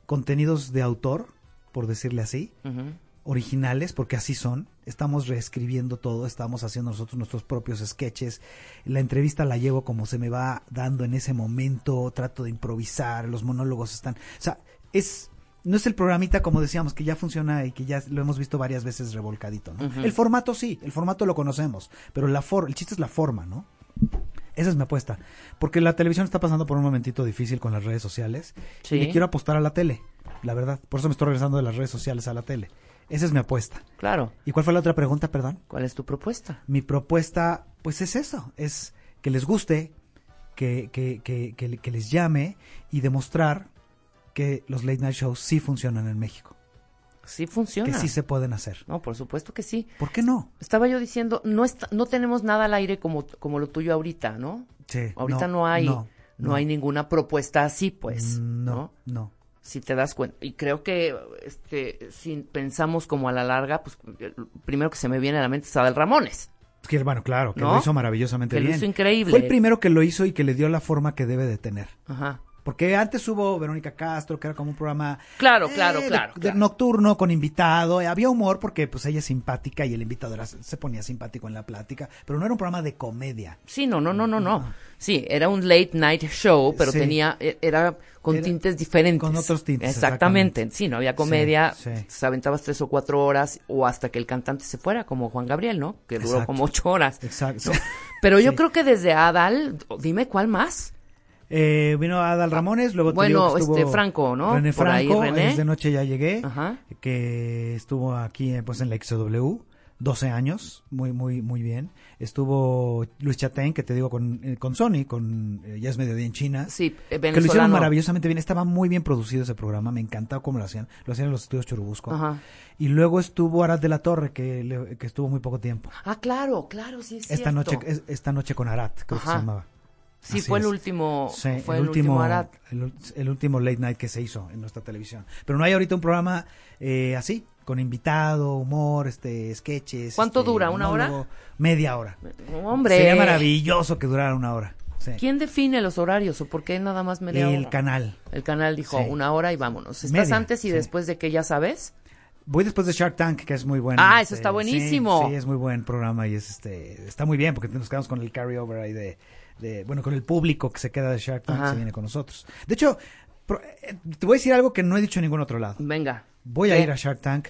Speaker 9: contenidos de autor, por decirle así,
Speaker 8: Ujú.
Speaker 9: originales, porque así son. Estamos reescribiendo todo, estamos haciendo nosotros nuestros propios sketches. La entrevista la llevo como se me va dando en ese momento, trato de improvisar, los monólogos están. O sea, es. No es el programita como decíamos que ya funciona y que ya lo hemos visto varias veces revolcadito, ¿no? El formato sí, el formato lo conocemos, pero la for el chiste es la forma, ¿no? Esa es mi apuesta, porque la televisión está pasando por un momentito difícil con las redes sociales
Speaker 8: Sí.
Speaker 9: y le quiero apostar a la tele, la verdad. Por eso me estoy regresando de las redes sociales a la tele. Esa es mi apuesta.
Speaker 8: Claro.
Speaker 9: ¿Y cuál fue la otra pregunta, perdón?
Speaker 8: ¿Cuál es tu propuesta?
Speaker 9: Mi propuesta, pues es eso, es que les guste, que, que, que, que- que les llame y demostrar que los late night shows sí funcionan en México.
Speaker 8: Sí funciona.
Speaker 9: que sí se pueden hacer.
Speaker 8: No, por supuesto que sí.
Speaker 9: ¿Por qué no?
Speaker 8: Estaba yo diciendo, no está- no tenemos nada al aire como, como lo tuyo ahorita, ¿no?
Speaker 9: Sí,
Speaker 8: Ahorita no,
Speaker 9: no,
Speaker 8: hay no,
Speaker 9: no, no. Mm,
Speaker 8: hay ninguna propuesta así, pues, ¿no?
Speaker 9: No, no.
Speaker 8: Si te das cuenta. Y creo que este si pensamos como a la larga, pues el primero que se me viene a la mente es Adal Ramones.
Speaker 9: Pues Que, bueno, claro, que
Speaker 8: ¿No?
Speaker 9: lo hizo maravillosamente
Speaker 8: Que lo
Speaker 9: bien.
Speaker 8: hizo increíble.
Speaker 9: Fue el primero que lo hizo y que le dio la forma que debe de tener.
Speaker 8: Ajá.
Speaker 9: Porque antes hubo Verónica Castro, que era como un programa... eh,
Speaker 8: Claro, claro,
Speaker 9: de-
Speaker 8: claro,
Speaker 9: de
Speaker 8: claro.
Speaker 9: nocturno, con invitado. Eh, Había humor porque pues ella es simpática y el invitado era- se ponía simpático en la plática. Pero no era un programa de comedia.
Speaker 8: Sí, no, no, no, no, no. Sí, era un late night show, pero
Speaker 9: Sí.
Speaker 8: tenía, e- era con
Speaker 9: Era-
Speaker 8: tintes diferentes.
Speaker 9: con otros tintes,
Speaker 8: Exactamente.
Speaker 9: exactamente.
Speaker 8: Sí, no había comedia,
Speaker 9: Sí, sí.
Speaker 8: se aventabas tres o cuatro horas o hasta que el cantante se fuera, como Juan Gabriel, ¿no? Que duró
Speaker 9: Exacto.
Speaker 8: como ocho horas.
Speaker 9: Exacto.
Speaker 8: Pero yo
Speaker 9: Sí.
Speaker 8: creo que desde Adal, dime cuál más.
Speaker 9: Eh, vino Adal Ramones, luego te
Speaker 8: Ah, Bueno,
Speaker 9: digo que estuvo
Speaker 8: este, Franco, ¿no?
Speaker 9: René
Speaker 8: Por ahí,
Speaker 9: Franco,
Speaker 8: René.
Speaker 9: es de noche ya llegué,
Speaker 8: Ajá.
Speaker 9: que estuvo aquí eh, pues en la XW, 12 años, muy muy muy bien. Estuvo Luis Chatén, que te digo con, eh, con Sony, con eh, Ya es mediodía en China.
Speaker 8: Sí,
Speaker 9: Que
Speaker 8: eh,
Speaker 9: lo hicieron
Speaker 8: venezolano.
Speaker 9: maravillosamente bien, estaba muy bien producido ese programa, me encantaba cómo lo hacían, lo hacían en los estudios Churubusco.
Speaker 8: Ajá.
Speaker 9: Y luego estuvo Arad de la Torre, que, le- que estuvo muy poco tiempo.
Speaker 8: Ah, claro, claro, sí es
Speaker 9: Esta noche,
Speaker 8: cierto.
Speaker 9: es- esta noche con Arat, creo que
Speaker 8: Ajá.
Speaker 9: se llamaba.
Speaker 8: Sí,
Speaker 9: Así
Speaker 8: fue el
Speaker 9: es.
Speaker 8: último,
Speaker 9: Sí,
Speaker 8: fue el, último, Arat.
Speaker 9: El, ul- el último late night que se hizo en nuestra televisión. Pero no hay ahorita un programa eh, así, con invitado, humor, este, sketches.
Speaker 8: ¿Cuánto
Speaker 9: este,
Speaker 8: dura? ¿Una hora?
Speaker 9: Media hora.
Speaker 8: Hombre.
Speaker 9: Sería maravilloso que durara una hora. Sí.
Speaker 8: ¿Quién define los horarios o por qué nada más media
Speaker 9: el
Speaker 8: hora?
Speaker 9: canal.
Speaker 8: El canal dijo
Speaker 9: Sí.
Speaker 8: una hora y vámonos. ¿Estás
Speaker 9: Media,
Speaker 8: antes y
Speaker 9: sí.
Speaker 8: después de que ya sabes?
Speaker 9: Voy después de Shark Tank, que es muy bueno. este,
Speaker 8: Ah, eso está buenísimo.
Speaker 9: Sí, sí, es muy buen programa y es este está muy bien porque nos quedamos con el carryover ahí de, de- bueno, con el público que se queda de Shark Tank
Speaker 8: Ajá.
Speaker 9: se viene con nosotros. De hecho, pro- eh, te voy a decir algo que no he dicho en ningún otro lado.
Speaker 8: Venga.
Speaker 9: Voy a
Speaker 8: ¿Qué?
Speaker 9: ir a Shark Tank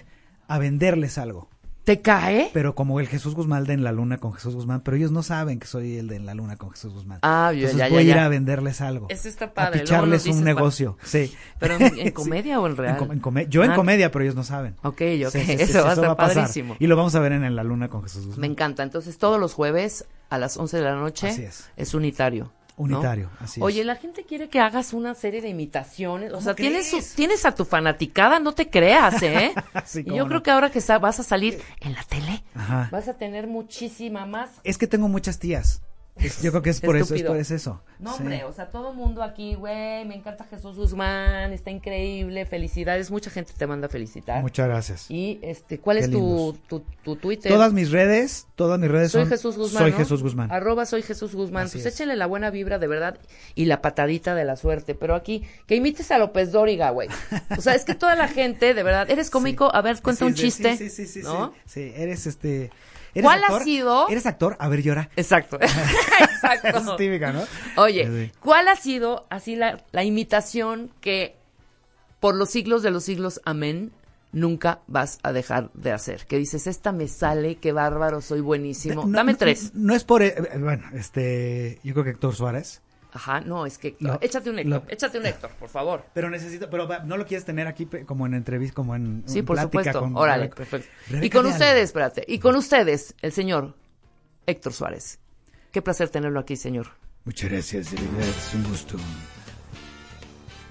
Speaker 9: a venderles algo.
Speaker 8: ¿Te cae?
Speaker 9: Pero como el Jesús Guzmán de En la Luna con Jesús Guzmán, pero ellos no saben que soy el de En la Luna con Jesús Guzmán.
Speaker 8: Ah, ya,
Speaker 9: Entonces
Speaker 8: ya, ya,
Speaker 9: voy a ir
Speaker 8: ya.
Speaker 9: a venderles algo.
Speaker 8: Eso está padre,
Speaker 9: A
Speaker 8: luego nos
Speaker 9: picharles
Speaker 8: dices
Speaker 9: un
Speaker 8: para-
Speaker 9: negocio. Sí.
Speaker 8: ¿Pero en- en
Speaker 9: Sí.
Speaker 8: comedia o en real?
Speaker 9: com- en come- Yo en
Speaker 8: Ah.
Speaker 9: comedia, pero ellos no saben.
Speaker 8: Ok, ok, eso va a estar padrísimo.
Speaker 9: Y lo vamos a ver en En la Luna con Jesús
Speaker 8: Me
Speaker 9: Guzmán.
Speaker 8: encanta. Entonces, todos los jueves a las 11 de la noche
Speaker 9: Así es.
Speaker 8: unitario. ¿no?
Speaker 9: Unitario, así es.
Speaker 8: Oye, la gente quiere que hagas una serie de imitaciones. O sea, tienes,
Speaker 9: crees?
Speaker 8: sus- tienes a tu fanaticada, no te creas, ¿eh?
Speaker 9: Sí,
Speaker 8: y
Speaker 9: cómo
Speaker 8: yo
Speaker 9: no.
Speaker 8: creo que ahora que sa- vas a salir en la tele,
Speaker 9: Ajá.
Speaker 8: vas a tener muchísima más.
Speaker 9: Es que tengo muchas tías. Es- Yo creo que es por eso, es
Speaker 8: Estúpido.
Speaker 9: por es eso.
Speaker 8: No,
Speaker 9: Sí.
Speaker 8: hombre, o sea, todo mundo aquí, güey, me encanta Jesús Guzmán, está increíble, felicidades, mucha gente te manda a felicitar.
Speaker 9: Muchas gracias.
Speaker 8: Y, este, ¿cuál
Speaker 9: Qué
Speaker 8: es tu,
Speaker 9: lindos.
Speaker 8: tu, tu Twitter?
Speaker 9: Todas mis redes, todas mis redes
Speaker 8: Soy
Speaker 9: son
Speaker 8: Jesús Guzmán.
Speaker 9: Soy
Speaker 8: ¿no?
Speaker 9: Jesús Guzmán.
Speaker 8: Arroba soy Jesús Guzmán.
Speaker 9: Así
Speaker 8: pues
Speaker 9: es.
Speaker 8: échale la buena vibra de verdad y la patadita de la suerte. Pero aquí, que imites a López Dóriga, güey. O sea, es que toda la gente, de verdad, eres cómico, a ver, cuenta
Speaker 9: Sí,
Speaker 8: un
Speaker 9: sí,
Speaker 8: chiste.
Speaker 9: Sí, sí, sí, sí,
Speaker 8: ¿no?
Speaker 9: sí. Sí, eres este. eres
Speaker 8: ¿Cuál ha
Speaker 9: actor?
Speaker 8: sido?
Speaker 9: ¿Eres actor? A ver, llora.
Speaker 8: Exacto. Exacto.
Speaker 9: es típica, ¿no?
Speaker 8: Oye,
Speaker 9: Sí.
Speaker 8: ¿cuál ha sido así la, la imitación que por los siglos de los siglos, amén, nunca vas a dejar de hacer? Que dices, esta me sale, qué bárbaro, soy buenísimo.
Speaker 9: No,
Speaker 8: Dame
Speaker 9: no,
Speaker 8: tres.
Speaker 9: No, es por. eh, Bueno, este. Yo creo que Héctor Suárez.
Speaker 8: Ajá, no, es que
Speaker 9: Lo-
Speaker 8: échate un Héctor,
Speaker 9: lo-
Speaker 8: échate un Héctor, por favor.
Speaker 9: Pero necesito. Pero va, no lo quieres tener aquí pe- como en entrevista, como en.
Speaker 8: Sí,
Speaker 9: en
Speaker 8: por
Speaker 9: Mm, plática
Speaker 8: supuesto.
Speaker 9: con-
Speaker 8: Órale,
Speaker 9: Rebeca-
Speaker 8: perfecto. y
Speaker 9: Rebeca
Speaker 8: con
Speaker 9: de Alba.
Speaker 8: ustedes, espérate, y con ustedes, el señor Héctor Suárez. Qué placer tenerlo aquí, señor.
Speaker 5: Muchas gracias, de verdad, es un gusto.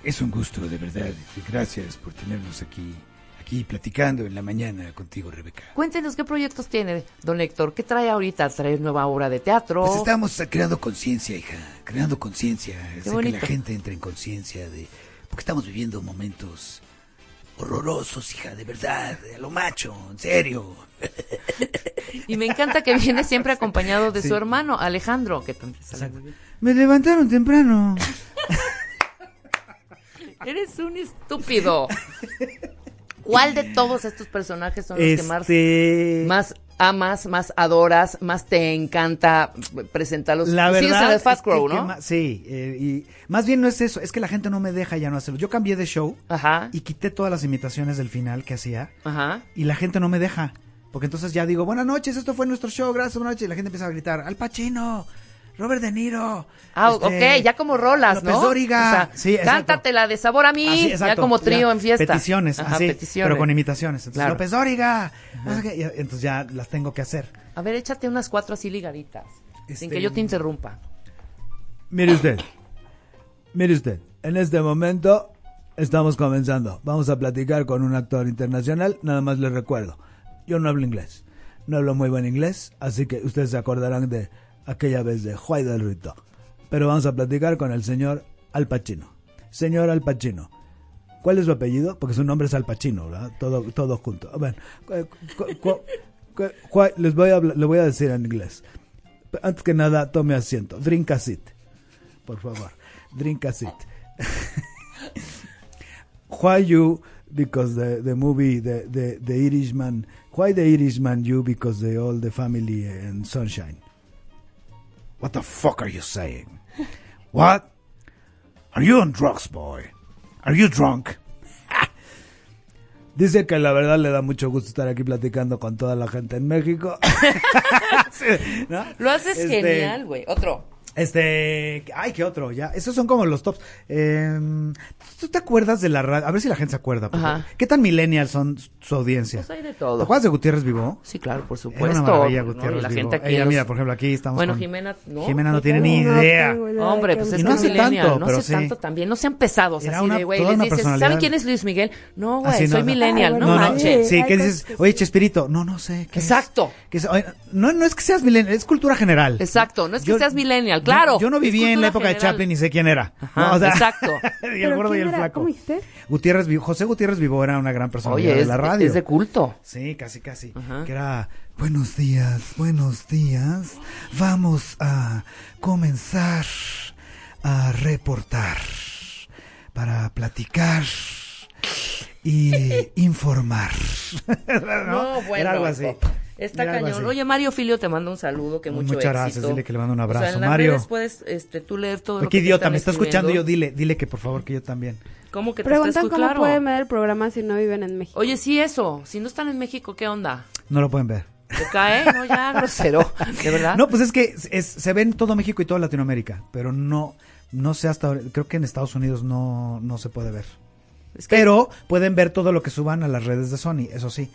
Speaker 5: Es un gusto, de verdad. y Gracias por tenernos aquí, aquí platicando en la mañana contigo, Rebeca.
Speaker 8: Cuéntenos qué proyectos tiene, don Héctor. ¿Qué trae ahorita? ¿Trae nueva obra de teatro?
Speaker 5: Pues estamos creando conciencia, hija. Creando conciencia. Hacer que
Speaker 8: bonito.
Speaker 5: la gente entre en conciencia de. Porque estamos viviendo momentos horrorosos, hija, de verdad. A lo macho, en serio.
Speaker 8: Y me encanta que viene siempre acompañado de
Speaker 9: Sí.
Speaker 8: su hermano, Alejandro. Que también sale
Speaker 9: Exacto.
Speaker 8: muy bien.
Speaker 9: Me levantaron temprano.
Speaker 8: Eres un estúpido. ¿Cuál de todos estos personajes son los que más
Speaker 9: Este.
Speaker 8: más amas, más adoras, más te encanta presentarlos.
Speaker 9: La
Speaker 5: pues
Speaker 8: Sigues
Speaker 9: verdad.
Speaker 8: en el Fast
Speaker 9: es que-
Speaker 8: Crow,
Speaker 9: que
Speaker 8: ¿no?
Speaker 9: ma- sí. eh, y más bien no es eso. Es que la gente no me deja ya no hacerlo. Yo cambié de show.
Speaker 8: Ajá.
Speaker 5: Ah.
Speaker 9: Y quité todas las imitaciones del final que hacía.
Speaker 8: Ajá.
Speaker 9: y la gente no me deja. Porque entonces ya digo, buenas noches, esto fue nuestro show, gracias, buenas noches. Y la gente empieza a gritar, Al Pacino, Robert De Niro.
Speaker 8: Ah,
Speaker 9: este,
Speaker 8: ok, ya como rolas,
Speaker 9: López
Speaker 8: ¿no?
Speaker 9: Dóriga.
Speaker 8: O sea,
Speaker 9: Sí, exacto.
Speaker 8: cántate la de sabor a mí,
Speaker 9: Así,
Speaker 8: ya
Speaker 9: exacto,
Speaker 8: como trío
Speaker 9: ya.
Speaker 8: en fiesta.
Speaker 9: Peticiones,
Speaker 8: Ajá,
Speaker 9: así,
Speaker 8: peticiones.
Speaker 9: pero con imitaciones. Entonces,
Speaker 8: Claro.
Speaker 9: López Dóriga. no sé qué, y entonces ya las tengo que hacer.
Speaker 8: A ver, échate unas cuatro así ligaditas, sin
Speaker 9: Este,
Speaker 8: que yo te interrumpa.
Speaker 9: Mire usted, mire usted, en este momento
Speaker 10: Estamos comenzando. Vamos a platicar con un actor internacional. Nada más les recuerdo, yo no hablo inglés. No hablo muy buen inglés, así que ustedes se acordarán de aquella vez de Juay del Rito. Pero vamos a platicar con el señor Al Pacino. Señor Al Pacino, ¿cuál es su apellido? Porque su nombre es Al Pacino, ¿verdad? Todo, todo junto. Bueno, cu- cu- cu- cu- Juay- les voy a, hablar- le voy a decir en inglés. Antes que nada, tome asiento. Drink a seat. Por favor. Drink a seat. why you because the the movie the the the Irishman why the Irishman you because they all the family and sunshine. What the fuck are you saying? what? Are you on drugs, boy? Are you drunk? Dice que la verdad le da mucho gusto estar aquí platicando con toda la gente en México. Sí, ¿no?
Speaker 8: Lo haces
Speaker 10: Este,
Speaker 8: genial, güey. Otro.
Speaker 9: Este, ay, qué otro, ya. Esos son como los tops. Em, ¿Tú te acuerdas de la radio? A ver si la gente se acuerda. porque-
Speaker 8: Ajá.
Speaker 9: ¿Qué tan millennials son su audiencia?
Speaker 8: Pues hay de todo.
Speaker 9: ¿Te acuerdas de Gutiérrez Vivo?
Speaker 8: Sí, claro, por
Speaker 9: Era una
Speaker 8: supuesto.
Speaker 9: maravilla,
Speaker 8: ¿no? Y
Speaker 9: Gutiérrez
Speaker 8: la
Speaker 9: Vivo.
Speaker 8: gente aquí
Speaker 9: Ella,
Speaker 8: los-
Speaker 9: mira, por ejemplo, aquí estamos
Speaker 8: Bueno,
Speaker 9: con-
Speaker 8: Jimena, no.
Speaker 9: Jimena no tiene ni idea.
Speaker 8: Hombre, pues
Speaker 9: Y
Speaker 8: es
Speaker 9: no
Speaker 8: que
Speaker 9: hace
Speaker 8: es millennial,
Speaker 9: tanto,
Speaker 8: no
Speaker 9: pero
Speaker 8: hace
Speaker 9: sí.
Speaker 8: tanto también, no sean pesados
Speaker 9: Era
Speaker 8: así
Speaker 9: una-
Speaker 8: de güey,
Speaker 9: toda
Speaker 8: les
Speaker 9: una
Speaker 8: dices, ¿saben
Speaker 9: personalidad.
Speaker 8: quién es Luis Miguel? No,
Speaker 2: Ah,
Speaker 8: güey,
Speaker 9: Así no,
Speaker 8: soy
Speaker 9: no.
Speaker 8: millennial, no,
Speaker 9: No, no,
Speaker 8: manches.
Speaker 9: sí,
Speaker 2: hay
Speaker 9: ¿qué
Speaker 2: cosas
Speaker 9: dices?
Speaker 2: que
Speaker 9: Oye,
Speaker 2: sí.
Speaker 9: Chespirito, no, no sé. ¿qué es?
Speaker 8: Exacto.
Speaker 9: ¿Qué es? Oye, no, no es que seas millennial, es cultura general.
Speaker 8: Exacto, no es que
Speaker 9: Yo-
Speaker 8: seas millennial, claro.
Speaker 9: Yo, yo no
Speaker 8: es
Speaker 9: viví en la
Speaker 8: cultura
Speaker 9: época de
Speaker 8: general.
Speaker 9: Chaplin y sé quién era.
Speaker 8: Ajá,
Speaker 9: ¿no? O sea,
Speaker 8: exacto.
Speaker 9: y el
Speaker 2: ¿Pero
Speaker 9: gordo y
Speaker 2: quién
Speaker 9: el
Speaker 2: era?
Speaker 9: flaco.
Speaker 2: ¿Cómo dijiste?
Speaker 9: Gutiérrez Vivo, José Gutiérrez Vivo era una gran persona
Speaker 8: Oye,
Speaker 9: de
Speaker 8: es,
Speaker 9: la radio.
Speaker 8: es de culto.
Speaker 9: Sí, casi, casi.
Speaker 8: Ajá.
Speaker 9: Que era, buenos días, buenos días. Vamos a comenzar a reportar para platicar y informar.
Speaker 8: No, bueno.
Speaker 9: Era algo así.
Speaker 8: Está
Speaker 9: Era algo
Speaker 8: cañón.
Speaker 9: así.
Speaker 8: Oye, Mario Filio te manda un saludo, que mucho
Speaker 9: Muchas
Speaker 8: éxito.
Speaker 9: gracias, dile que le mando un
Speaker 8: O sea,
Speaker 9: abrazo.
Speaker 8: en las
Speaker 9: Mario.
Speaker 8: redes puedes este, tú leer todo lo
Speaker 9: Qué
Speaker 8: que te
Speaker 9: idiota,
Speaker 8: están
Speaker 9: me está escuchando yo,
Speaker 8: escribiendo.
Speaker 9: dile, dile que por favor que yo también.
Speaker 8: ¿Cómo que te estás
Speaker 2: Preguntan
Speaker 8: escuchando?
Speaker 2: cómo
Speaker 8: Claro.
Speaker 2: pueden ver el programa si no viven en México.
Speaker 8: Oye, sí, eso. Si no están en México, ¿qué onda?
Speaker 9: No lo pueden ver.
Speaker 8: ¿Te cae? No, ya, grosero. ¿De verdad?
Speaker 9: No, pues es que es- es- se ve en todo México y toda Latinoamérica, pero no, no sé hasta ahora, creo que en Estados Unidos no, no se puede ver.
Speaker 8: Es que-
Speaker 9: Pero pueden ver todo lo que suban a las redes de Sony, eso sí.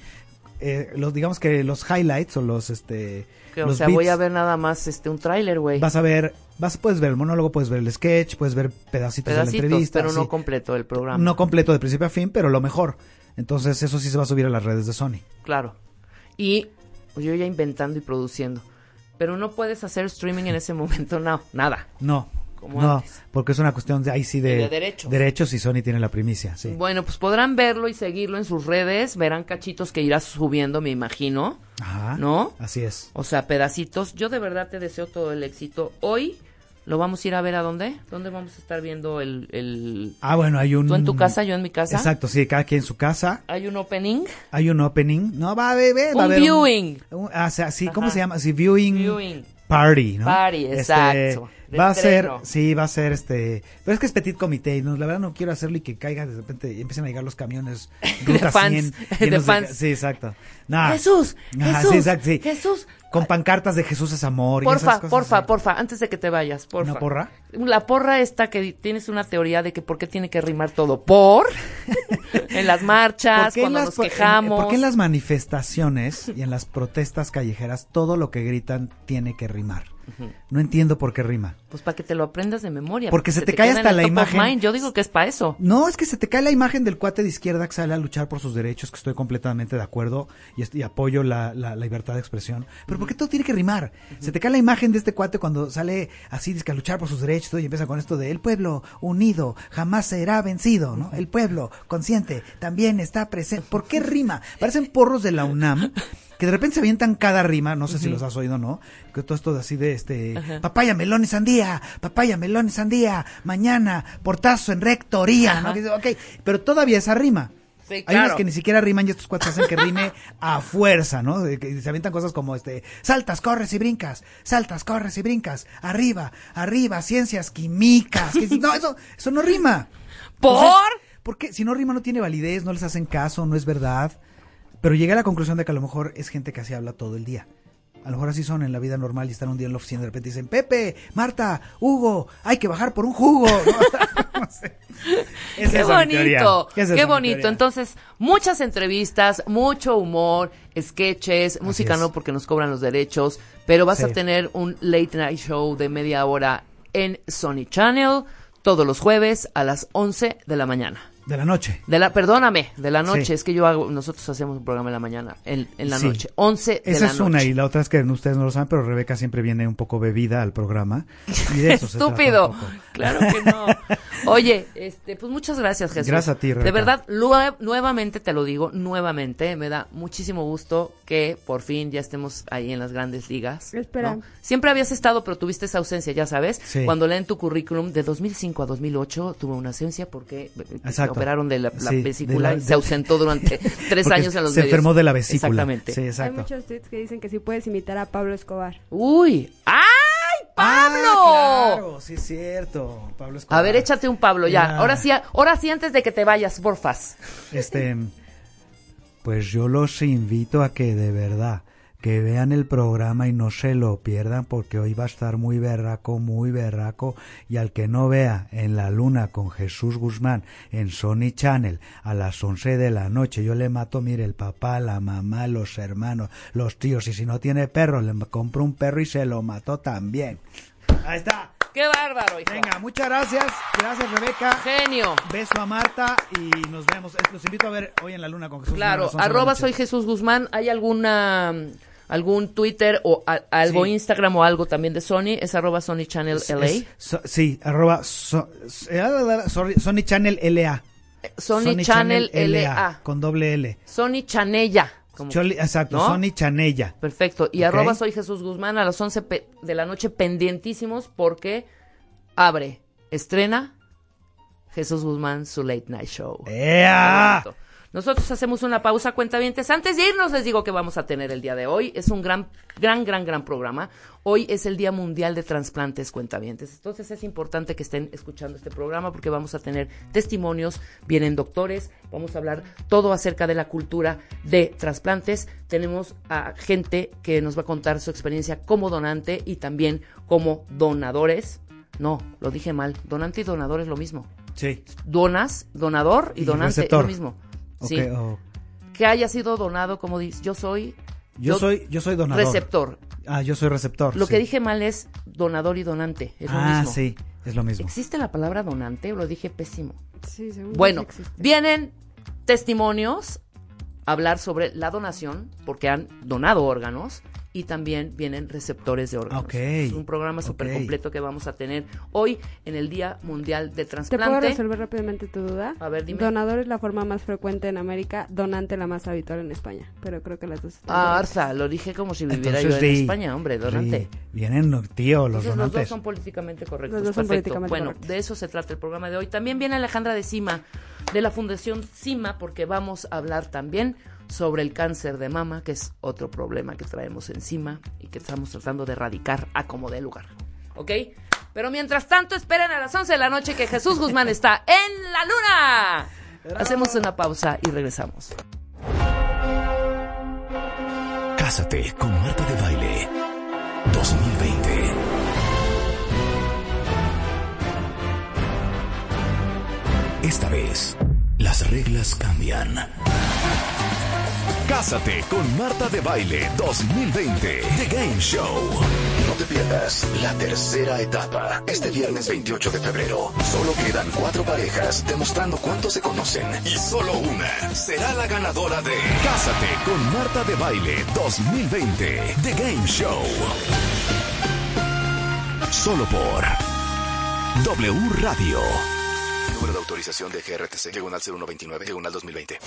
Speaker 9: Eh, los digamos que los highlights o los este
Speaker 8: que, o
Speaker 9: los
Speaker 8: sea,
Speaker 9: beats,
Speaker 8: voy a ver nada más este un tráiler, güey.
Speaker 9: vas a ver vas puedes ver el monólogo puedes ver el sketch puedes ver pedacitos, de la
Speaker 8: Pedacitos,
Speaker 9: entrevista
Speaker 8: pero no
Speaker 9: sí.
Speaker 8: completo el programa.
Speaker 9: no completo de principio a fin pero lo mejor entonces eso sí se va a subir a las redes de Sony
Speaker 8: Claro. Y pues, yo ya inventando y produciendo. Pero no puedes hacer streaming en ese momento, no, nada.
Speaker 9: no
Speaker 8: Como
Speaker 9: no
Speaker 8: antes.
Speaker 9: porque es una cuestión de ahí sí de,
Speaker 8: de derechos.
Speaker 9: y Sony tiene la primicia sí
Speaker 8: Bueno, pues podrán verlo y seguirlo en sus redes, verán cachitos que irás subiendo, me imagino.
Speaker 9: Ajá.
Speaker 8: ¿No?
Speaker 9: Así es.
Speaker 8: O sea, pedacitos. Yo de verdad te deseo todo el éxito. Hoy lo vamos a ir a ver a dónde? ¿Dónde vamos a estar viendo el... el...
Speaker 9: Ah, bueno, hay un.
Speaker 8: ¿Tú en tu casa, yo en mi casa?
Speaker 9: Exacto, sí, cada quien en su casa.
Speaker 8: Hay un opening.
Speaker 9: Hay un opening. No, va a haber. va a
Speaker 8: Un
Speaker 9: haber
Speaker 8: viewing.
Speaker 9: un- ah, o sea, sí, ¿cómo
Speaker 8: Ajá.
Speaker 9: se llama? Sí, viewing.
Speaker 8: Viewing.
Speaker 9: Party, ¿no?
Speaker 8: Party,
Speaker 9: Este,
Speaker 8: exacto. De
Speaker 9: va a ser,
Speaker 8: estreno.
Speaker 9: sí, va a ser este. Pero es que es petit comité. y No, la verdad no quiero hacerlo y que caiga de repente y empiecen a llegar los camiones. ruta
Speaker 8: fans,
Speaker 9: 100,
Speaker 8: de
Speaker 9: llenos
Speaker 8: fans.
Speaker 9: Sí, exacto. Nah.
Speaker 8: Jesús,
Speaker 9: Ajá,
Speaker 8: Jesús,
Speaker 9: Ah. sí, exacto, sí.
Speaker 8: Jesús.
Speaker 9: Con pancartas de Jesús es amor. y esas
Speaker 8: Porfa,
Speaker 9: cosas
Speaker 8: porfa,
Speaker 9: así.
Speaker 8: porfa, antes de que te vayas, porfa.
Speaker 9: ¿Una porra?
Speaker 8: La porra esta que di- tienes una teoría de que por qué tiene que rimar todo por en las marchas,
Speaker 9: ¿Por qué en
Speaker 8: cuando
Speaker 9: las-
Speaker 8: nos
Speaker 9: por- en-
Speaker 8: quejamos.
Speaker 9: ¿Por qué en las manifestaciones y en las protestas callejeras todo lo que gritan tiene que rimar? No entiendo por qué rima.
Speaker 8: Pues para que te lo aprendas de memoria.
Speaker 9: Porque se te
Speaker 8: quede
Speaker 9: cae
Speaker 8: en
Speaker 9: hasta
Speaker 8: el
Speaker 9: la
Speaker 8: top of
Speaker 9: imagen.
Speaker 8: mind. Yo digo que es para eso.
Speaker 9: No, es que se te cae la imagen del cuate de izquierda que sale a luchar por sus derechos, que estoy completamente de acuerdo y, est- y apoyo la, la- la libertad de expresión. Pero ¿por qué todo tiene que rimar? Se te cae la imagen de este cuate cuando sale así dizque, a luchar por sus derechos todo, y empieza con esto de el pueblo unido jamás será vencido, ¿no? El pueblo consciente también está presente. ¿Por qué rima? Parecen porros de la UNAM. Que de repente se avientan cada rima, no sé si los has oído o no, que todo esto de así de este, papaya, melón y sandía, papaya, melón y sandía, mañana, portazo en rectoría, ¿no? Que dices, ok, pero todavía esa rima.
Speaker 8: Sí,
Speaker 9: Hay unas
Speaker 8: claro.
Speaker 9: que ni siquiera riman y estos cuatro hacen que rime a fuerza, ¿no? De que se avientan cosas como este, saltas, corres y brincas, saltas, corres y brincas, arriba, arriba, ciencias químicas. Que dices, no, eso, eso no rima. Pues
Speaker 8: ¿Por?
Speaker 9: Porque si no rima no tiene validez, no les hacen caso, no es verdad. Pero llegué a la conclusión de que a lo mejor es gente que así habla todo el día. A lo mejor así son en la vida normal y están un día en la oficina y de repente dicen, Pepe, Marta, Hugo, hay que bajar por un jugo. ¿no? No sé. Esa
Speaker 8: Qué
Speaker 9: es mi teoría.
Speaker 8: bonito,
Speaker 9: Esa es
Speaker 8: qué
Speaker 9: mi
Speaker 8: bonito.
Speaker 9: teoría.
Speaker 8: Entonces, muchas entrevistas, mucho humor, sketches, música
Speaker 9: es.
Speaker 8: no porque nos cobran los derechos, pero vas
Speaker 9: Sí.
Speaker 8: a tener un late night show de media hora en Sony Channel todos los jueves a las 11 de la mañana.
Speaker 9: De la noche.
Speaker 8: De la, perdóname, de la noche.
Speaker 9: Sí.
Speaker 8: Es que yo hago, nosotros hacemos un programa en la mañana, en, en la
Speaker 9: Sí.
Speaker 8: noche. 11 de
Speaker 9: Esa
Speaker 8: la
Speaker 9: es
Speaker 8: noche.
Speaker 9: una y la otra es que ustedes no lo saben, pero Rebeca siempre viene un poco bebida al programa. Y de eso se trata un
Speaker 8: Estúpido.
Speaker 9: poco.
Speaker 8: Claro que no. Oye, este, pues muchas gracias, Jesús.
Speaker 9: Gracias a ti, Rebeca.
Speaker 8: De verdad, lue- nuevamente te lo digo, nuevamente, me da muchísimo gusto que por fin ya estemos ahí en las grandes ligas. ¿no?
Speaker 11: Espera.
Speaker 8: Siempre habías estado, pero tuviste esa ausencia, ya sabes.
Speaker 9: Sí.
Speaker 8: Cuando leen tu currículum, de 2005 a 2008 tuve una ausencia porque eh,
Speaker 9: Exacto.
Speaker 8: operaron de la, la
Speaker 9: Sí, de
Speaker 8: vesícula
Speaker 9: la-
Speaker 8: y
Speaker 9: de-
Speaker 8: se ausentó durante tres
Speaker 9: Porque
Speaker 8: años en los
Speaker 9: Se
Speaker 8: medios.
Speaker 9: enfermó de la vesícula.
Speaker 8: Exactamente.
Speaker 9: Sí,
Speaker 11: Hay
Speaker 9: exacto.
Speaker 11: muchos tweets que dicen que sí puedes imitar a Pablo Escobar.
Speaker 8: Uy, ¡ay, Pablo!
Speaker 9: Ah, Claro, sí es cierto. Pablo
Speaker 8: A
Speaker 9: Escobar.
Speaker 8: ver, échate un Pablo ya.
Speaker 9: Ya.
Speaker 8: Ahora sí, ahora sí antes de que te vayas, porfas.
Speaker 9: Este, pues yo los invito a que de verdad que vean el programa y no se lo pierdan porque hoy va a estar muy berraco, muy berraco y al que no vea en la luna con Jesús Guzmán en Sony Channel a las 11 de la noche yo le mato, mire, el papá, la mamá, los hermanos, los tíos y si no tiene perro le compro un perro y se lo mató también. Ahí está.
Speaker 8: ¡Qué bárbaro, hijo!
Speaker 9: Venga, Pues muchas gracias. Gracias Rebeca.
Speaker 8: Genio.
Speaker 9: Beso a Marta y nos vemos. Los invito a ver hoy en la luna con Jesús.
Speaker 8: Claro,
Speaker 9: Manuel Alonso
Speaker 8: arroba
Speaker 9: Sánchez.
Speaker 8: soy Jesús Guzmán. ¿Hay alguna mm, algún Twitter o a- algo
Speaker 9: Sí.
Speaker 8: Instagram o algo también de Sony? Es arroba Sony Channel LA.
Speaker 9: Es- so- sí, arroba so- eh, ah, ah, ah, sorry, Sony Channel LA.
Speaker 8: Sony, Channel, LA.
Speaker 9: Con doble L.
Speaker 8: Sony Chanella. como-
Speaker 9: Choli- exacto,
Speaker 8: ¿no?
Speaker 9: Sony Chanella.
Speaker 8: Perfecto. Y
Speaker 9: Ok.
Speaker 8: arroba soy Jesús Guzmán a las 11 pe- de la noche pendientísimos porque abre, estrena Jesús Guzmán su Late Night Show.
Speaker 9: ¡Ea!
Speaker 8: Correcto. Nosotros hacemos una pausa, cuentavientes. Antes de irnos, les digo que vamos a tener el día de hoy. Es un gran, gran, gran, gran programa. Hoy es el Día Mundial de Transplantes, cuentavientes. Entonces es importante que estén escuchando este programa porque vamos a tener testimonios, vienen doctores, vamos a hablar todo acerca de la cultura de trasplantes. Tenemos a gente que nos va a contar su experiencia como donante y también como donadores. No, lo dije mal. Donante y donador es lo mismo
Speaker 9: Sí.
Speaker 8: donas, donador y,
Speaker 9: Y
Speaker 8: donante, es
Speaker 9: receptor.
Speaker 8: lo mismo.
Speaker 9: Ok,
Speaker 8: Sí.
Speaker 9: oh.
Speaker 8: Que haya sido donado, como dices, yo soy
Speaker 9: Yo,
Speaker 8: Yo-
Speaker 9: soy, yo soy donador.
Speaker 8: receptor.
Speaker 9: Ah, yo soy receptor.
Speaker 8: Lo
Speaker 9: sí.
Speaker 8: que dije mal es donador y donante, es lo
Speaker 9: ah,
Speaker 8: mismo.
Speaker 9: sí, es lo mismo.
Speaker 8: ¿Existe la palabra donante o lo dije pésimo?
Speaker 11: Sí, según yo
Speaker 8: Bueno,
Speaker 11: sí existe.
Speaker 8: vienen testimonios a hablar sobre la donación, porque han donado órganos, y también vienen receptores de órganos.
Speaker 9: Ok,
Speaker 8: Es un programa súper
Speaker 9: ok.
Speaker 8: completo que vamos a tener hoy en el Día Mundial
Speaker 11: ¿Te
Speaker 8: de
Speaker 11: puedo
Speaker 8: Transplante.
Speaker 11: resolver rápidamente tu duda?
Speaker 8: A ver, dime.
Speaker 11: Donador es la forma más frecuente en América, donante la más habitual en España. Pero creo que las dos están
Speaker 8: Ah,
Speaker 11: correctas.
Speaker 8: Arza, lo dije como si viviera
Speaker 9: Entonces,
Speaker 8: yo en
Speaker 9: ri-
Speaker 8: España, hombre, donante.
Speaker 9: ri- Vienen, no, tío, los
Speaker 8: Entonces,
Speaker 9: donantes.
Speaker 8: los dos son políticamente correctos.
Speaker 11: Los dos son
Speaker 8: perfecto.
Speaker 11: políticamente
Speaker 8: bueno,
Speaker 11: correctos.
Speaker 8: de eso se trata el programa de hoy. También viene Alejandra de Cima, de la Fundación Cima, porque vamos a hablar también sobre el cáncer de mama, que es otro problema que traemos encima y que estamos tratando de erradicar a como dé lugar. ¿Ok? Pero mientras tanto, esperen a las 11 de la noche que Jesús Guzmán está en la luna. Hacemos una pausa y regresamos.
Speaker 1: Cásate con Marta de Baile 2020. Esta vez, las reglas cambian. Cásate con Marta de Baile 2020, The Game Show.
Speaker 6: No te pierdas la tercera etapa. Este viernes 28 de febrero. Solo quedan cuatro parejas demostrando cuánto se conocen.
Speaker 1: Y solo una será la ganadora de Cásate con Marta de Baile 2020, The Game Show. Solo por W Radio.
Speaker 6: Número de autorización de GRTC. Diagonal 0129. Diagonal 2020.